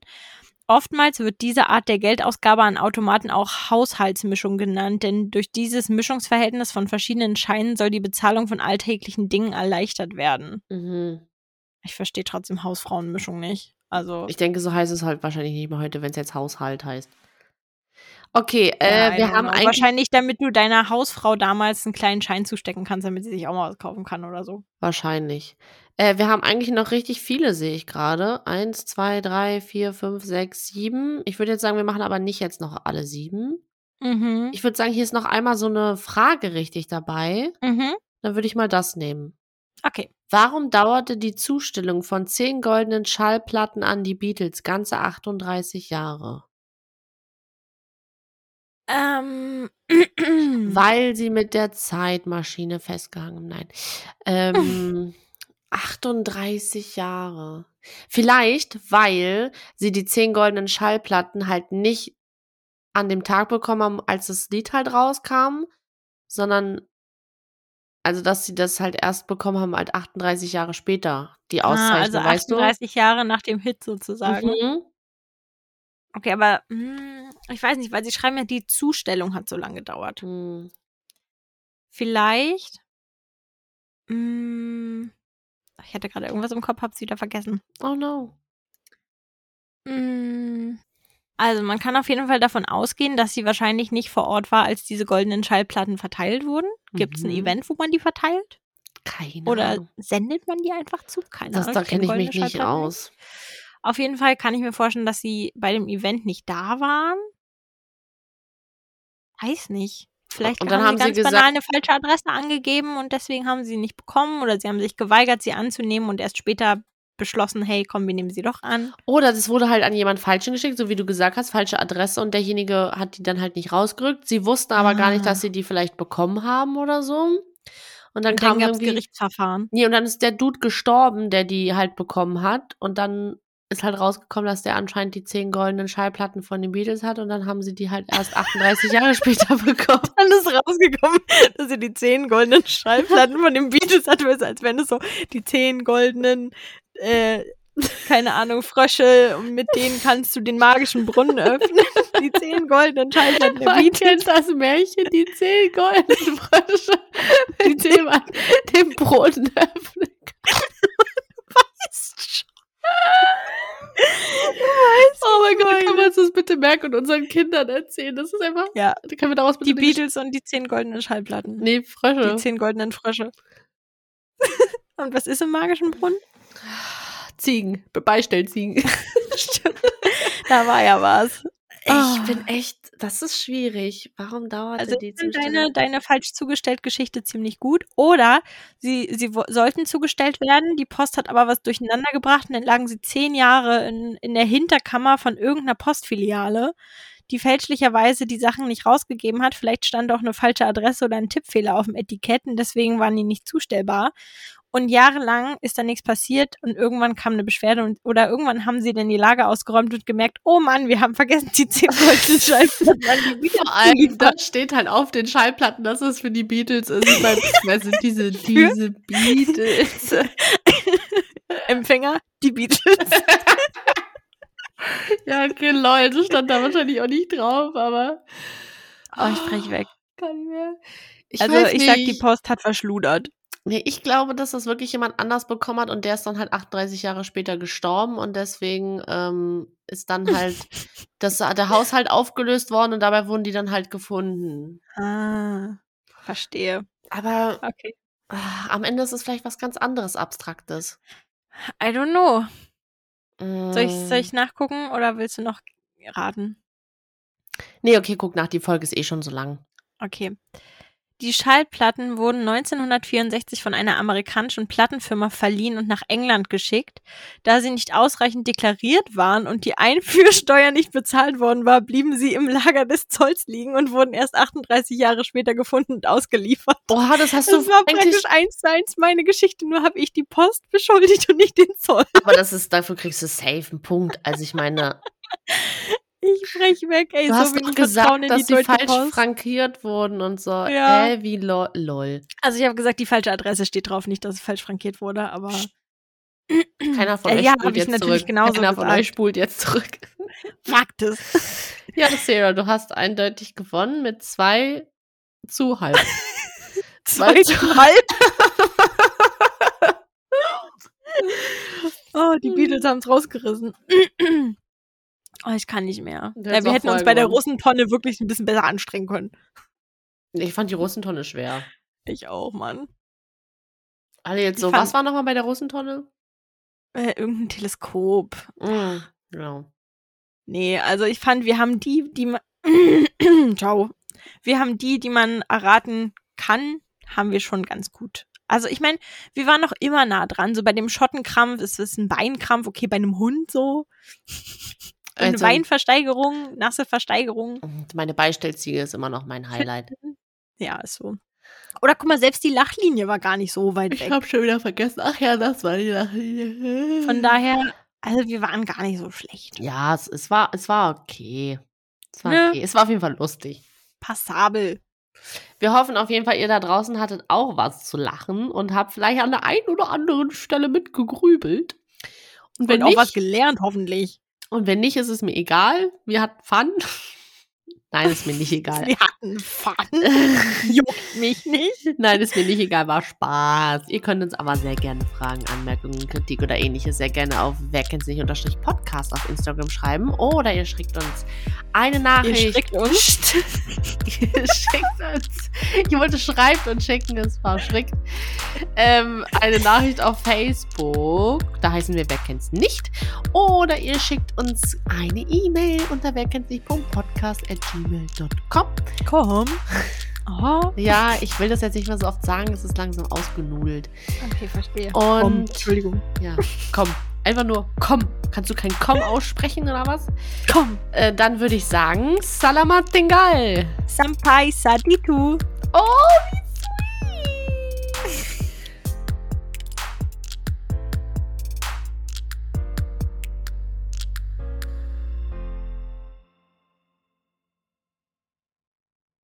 Speaker 1: Oftmals wird diese Art der Geldausgabe an Automaten auch Haushaltsmischung genannt, denn durch dieses Mischungsverhältnis von verschiedenen Scheinen soll die Bezahlung von alltäglichen Dingen erleichtert werden.
Speaker 2: Mhm.
Speaker 1: Ich verstehe trotzdem Hausfrauenmischung nicht. Also,
Speaker 2: Ich denke, so heißt es halt wahrscheinlich nicht mehr heute, wenn es jetzt Haushalt heißt. Okay,
Speaker 1: ja,
Speaker 2: äh,
Speaker 1: I
Speaker 2: wir
Speaker 1: don't
Speaker 2: haben
Speaker 1: know.
Speaker 2: eigentlich.
Speaker 1: wahrscheinlich, damit du deiner Hausfrau damals einen kleinen Schein zustecken kannst, damit sie sich auch mal was kaufen kann oder so.
Speaker 2: Wahrscheinlich. Äh, wir haben eigentlich noch richtig viele, sehe ich gerade. Eins, zwei, drei, vier, fünf, sechs, sieben. Ich würde jetzt sagen, wir machen aber nicht jetzt noch alle sieben.
Speaker 1: Mhm.
Speaker 2: Ich würde sagen, hier ist noch einmal so eine Frage richtig dabei.
Speaker 1: Mhm.
Speaker 2: Dann würde ich mal das nehmen.
Speaker 1: Okay.
Speaker 2: Warum dauerte die Zustellung von zehn goldenen Schallplatten an die Beatles ganze 38 Jahre?
Speaker 1: Ähm.
Speaker 2: Weil sie mit der Zeitmaschine festgehangen. Nein. Ähm, 38 Jahre. Vielleicht, weil sie die zehn goldenen Schallplatten halt nicht an dem Tag bekommen haben, als das Lied halt rauskam, sondern also dass sie das halt erst bekommen haben, halt 38 Jahre später, die
Speaker 1: Ah,
Speaker 2: Auszeichnung,
Speaker 1: also
Speaker 2: weißt du?
Speaker 1: 38 Jahre nach dem Hit sozusagen.
Speaker 2: Mhm.
Speaker 1: Okay, aber hm, ich weiß nicht, weil sie schreiben ja, die Zustellung hat so lange gedauert.
Speaker 2: Hm.
Speaker 1: Vielleicht. Hm, ich hatte gerade irgendwas im Kopf, hab's wieder vergessen.
Speaker 2: Oh no.
Speaker 1: Hm, also man kann auf jeden Fall davon ausgehen, dass sie wahrscheinlich nicht vor Ort war, als diese goldenen Schallplatten verteilt wurden. Gibt es ein
Speaker 2: Mhm.
Speaker 1: Event, wo man die verteilt?
Speaker 2: Keine
Speaker 1: Oder
Speaker 2: Ahnung.
Speaker 1: sendet man die einfach zu? Keine
Speaker 2: Das,
Speaker 1: Ahnung.
Speaker 2: da kenne ich
Speaker 1: goldene
Speaker 2: mich nicht
Speaker 1: Schallplatten nicht.
Speaker 2: aus.
Speaker 1: Auf jeden Fall kann ich mir vorstellen, dass sie bei dem Event nicht da waren. Weiß nicht. Vielleicht
Speaker 2: Und
Speaker 1: haben,
Speaker 2: dann haben
Speaker 1: sie
Speaker 2: sie
Speaker 1: ganz
Speaker 2: gesagt-
Speaker 1: banal eine falsche Adresse angegeben und deswegen haben sie sie nicht bekommen oder sie haben sich geweigert, sie anzunehmen und erst später beschlossen, hey, komm, wir nehmen sie doch an.
Speaker 2: Oder das wurde halt an jemand Falschen geschickt, so wie du gesagt hast, falsche Adresse und derjenige hat die dann halt nicht rausgerückt. Sie wussten aber gar nicht,
Speaker 1: Ah.
Speaker 2: dass sie die vielleicht bekommen haben oder so. Und dann
Speaker 1: Und dann
Speaker 2: kam
Speaker 1: gab es
Speaker 2: irgendwie.
Speaker 1: Gerichtsverfahren.
Speaker 2: Nee, und dann ist der Dude gestorben, der die halt bekommen hat. Und dann ist halt rausgekommen, dass der anscheinend die zehn goldenen Schallplatten von den Beatles hat. Und dann haben sie die halt erst 38 Jahre später bekommen.
Speaker 1: Dann ist rausgekommen, dass sie die zehn goldenen Schallplatten von den Beatles hatte, als wenn es so die zehn goldenen, äh, keine Ahnung, Frösche, und mit denen kannst du den magischen Brunnen öffnen. Die zehn goldenen Schallplatten der
Speaker 2: Man
Speaker 1: Beatles.
Speaker 2: kennt das Märchen, die zehn goldenen Frösche, mit dem man den Brunnen öffnet. Oh mein Gott, können wir uns das bitte merken und unseren Kindern erzählen? Das ist einfach.
Speaker 1: Ja,
Speaker 2: Können wir daraus bitte
Speaker 1: die
Speaker 2: eine
Speaker 1: Beatles und die zehn goldenen Schallplatten.
Speaker 2: Gesch- Nee, Frösche.
Speaker 1: Die zehn goldenen Frösche. und was ist im magischen Brunnen?
Speaker 2: Ziegen. Beistellziegen.
Speaker 1: Stimmt. Da war ja was. Ah.
Speaker 2: Ah. Ich bin echt das ist schwierig. Warum dauert
Speaker 1: Also
Speaker 2: die
Speaker 1: ich finde
Speaker 2: Zustellung?
Speaker 1: deine, deine falsch zugestellt Geschichte ziemlich gut. Oder sie, sie wo- sollten zugestellt werden, die Post hat aber was durcheinander gebracht und dann lagen sie zehn Jahre in, in der Hinterkammer von irgendeiner Postfiliale, die fälschlicherweise die Sachen nicht rausgegeben hat. Vielleicht stand auch eine falsche Adresse oder ein Tippfehler auf dem Etikett und deswegen waren die nicht zustellbar. Und jahrelang ist da nichts passiert und irgendwann kam eine Beschwerde und, oder irgendwann haben sie dann die Lager ausgeräumt und gemerkt, oh Mann, wir haben vergessen, die zehn Goldscheiben an die wieder
Speaker 2: Vor allem,
Speaker 1: zuliefern.
Speaker 2: da steht halt auf den Schallplatten, dass es für die Beatles ist. Ich meine, wer sind diese,
Speaker 1: Für-
Speaker 2: diese Beatles?
Speaker 1: Empfänger, die Beatles.
Speaker 2: Ja, okay, lol, das stand da wahrscheinlich auch nicht drauf, aber.
Speaker 1: Oh, ich brech weg.
Speaker 2: Gar nicht mehr. Ich
Speaker 1: also
Speaker 2: weiß
Speaker 1: ich sag, die
Speaker 2: nicht.
Speaker 1: Post hat verschludert.
Speaker 2: Nee, ich glaube, dass das wirklich jemand anders bekommen hat und der ist dann halt 38 Jahre später gestorben und deswegen ähm, ist dann halt das, der Haushalt aufgelöst worden und dabei wurden die dann halt gefunden.
Speaker 1: Ah, verstehe.
Speaker 2: Aber
Speaker 1: Okay.
Speaker 2: ah, am Ende ist es vielleicht was ganz anderes Abstraktes.
Speaker 1: I don't know. Soll ich,
Speaker 2: Mm.
Speaker 1: soll ich nachgucken oder willst du noch raten?
Speaker 2: Nee, okay, guck nach, die Folge ist eh schon so lang.
Speaker 1: Okay. Die Schallplatten wurden 1964 von einer amerikanischen Plattenfirma verliehen und nach England geschickt. Da sie nicht ausreichend deklariert waren und die Einführsteuer nicht bezahlt worden war, blieben sie im Lager des Zolls liegen und wurden erst 38 Jahre später gefunden und ausgeliefert.
Speaker 2: Boah, das hast
Speaker 1: Das
Speaker 2: du
Speaker 1: war
Speaker 2: eigentlich.
Speaker 1: praktisch eins zu eins meine Geschichte, nur habe ich die Post beschuldigt und nicht den Zoll.
Speaker 2: Aber das ist, dafür kriegst du safe einen Punkt. Also ich meine,
Speaker 1: Ich brech weg, ey,
Speaker 2: du
Speaker 1: so
Speaker 2: hast
Speaker 1: wenig
Speaker 2: doch
Speaker 1: Vertrauen
Speaker 2: gesagt,
Speaker 1: in
Speaker 2: dass
Speaker 1: die
Speaker 2: sie
Speaker 1: deutsche
Speaker 2: falsch
Speaker 1: Post.
Speaker 2: frankiert wurden und so.
Speaker 1: Ja.
Speaker 2: Hä, wie lo lol.
Speaker 1: Also ich habe gesagt, die falsche Adresse steht drauf, nicht, dass es falsch frankiert wurde, aber
Speaker 2: Psst. Keiner von
Speaker 1: Äh,
Speaker 2: euch
Speaker 1: ja, hab
Speaker 2: spult
Speaker 1: ich
Speaker 2: jetzt
Speaker 1: natürlich
Speaker 2: zurück.
Speaker 1: genauso
Speaker 2: Keiner von
Speaker 1: gesagt.
Speaker 2: euch spult jetzt zurück.
Speaker 1: Fakt ist.
Speaker 2: Ja, Sarah, du hast eindeutig gewonnen mit zwei zu halb. Zwei
Speaker 1: Zweieinhalb. oh,
Speaker 2: Hm.
Speaker 1: die Beatles haben's rausgerissen. Oh, ich kann nicht mehr.
Speaker 2: Du
Speaker 1: Ja,
Speaker 2: hättest
Speaker 1: wir
Speaker 2: auch
Speaker 1: hätten uns
Speaker 2: voll
Speaker 1: bei der
Speaker 2: gewonnen.
Speaker 1: Russentonne wirklich ein bisschen besser anstrengen können.
Speaker 2: Ich fand die Russentonne schwer.
Speaker 1: Ich auch, Mann.
Speaker 2: Alle jetzt
Speaker 1: Ich
Speaker 2: so,
Speaker 1: fand-
Speaker 2: was war nochmal bei der Russentonne?
Speaker 1: Äh, irgendein Teleskop.
Speaker 2: Mm, genau.
Speaker 1: Nee, also ich fand, wir haben die, die man. Ciao. Wir haben die, die man erraten kann, haben wir schon ganz gut. Also ich meine, wir waren noch immer nah dran. So bei dem Schottenkrampf ist es ein Beinkrampf, okay, bei einem Hund so. Und Eine
Speaker 2: Also-
Speaker 1: Weinversteigerung, nasse Versteigerung.
Speaker 2: Und Meine Beistellziege ist immer noch mein Highlight.
Speaker 1: Ja, ist so. Oder guck mal, selbst die Lachlinie war gar nicht so weit weg.
Speaker 2: schon wieder vergessen. Ach ja, das war die Nachricht.
Speaker 1: Von daher, also wir waren gar nicht so schlecht.
Speaker 2: Ja, es, es, war, es war okay. Es war
Speaker 1: Ne?
Speaker 2: okay. Es war auf jeden Fall lustig.
Speaker 1: Passabel.
Speaker 2: Wir hoffen auf jeden Fall, ihr da draußen hattet auch was zu lachen und habt vielleicht an der einen oder anderen Stelle mitgegrübelt. Und wenn,
Speaker 1: Und auch
Speaker 2: nicht,
Speaker 1: was gelernt, hoffentlich.
Speaker 2: und wenn nicht, ist es mir egal. Wir hatten Fun. Nein, ist mir nicht egal.
Speaker 1: Wir hatten Fun. Juckt mich nicht.
Speaker 2: Nein, ist mir nicht egal, war Spaß. Ihr könnt uns aber sehr gerne Fragen, Anmerkungen, Kritik oder ähnliches sehr gerne auf wer kennt's nicht unterstrich Podcast auf Instagram schreiben oder ihr schickt uns eine Nachricht.
Speaker 1: Ihr schickt uns.
Speaker 2: Ihr schickt uns. Ich wollte schreibt und schicken, es war schickt. Ähm, eine Nachricht auf Facebook. Da heißen wir Wer kennt's nicht. Oder ihr schickt uns eine E-Mail unter wer kennt's nicht.podcast.gmail.com.
Speaker 1: Komm. Oh.
Speaker 2: Ja, ich will das jetzt nicht mehr so oft sagen, es ist langsam ausgenudelt.
Speaker 1: Okay, verstehe. Komm,
Speaker 2: Und
Speaker 1: Entschuldigung.
Speaker 2: ja, komm. Einfach nur komm. Kannst du kein Komm aussprechen oder was?
Speaker 1: Komm.
Speaker 2: Äh, dann würde ich sagen, Salamat Dingal.
Speaker 1: Sampai Saditu.
Speaker 2: Und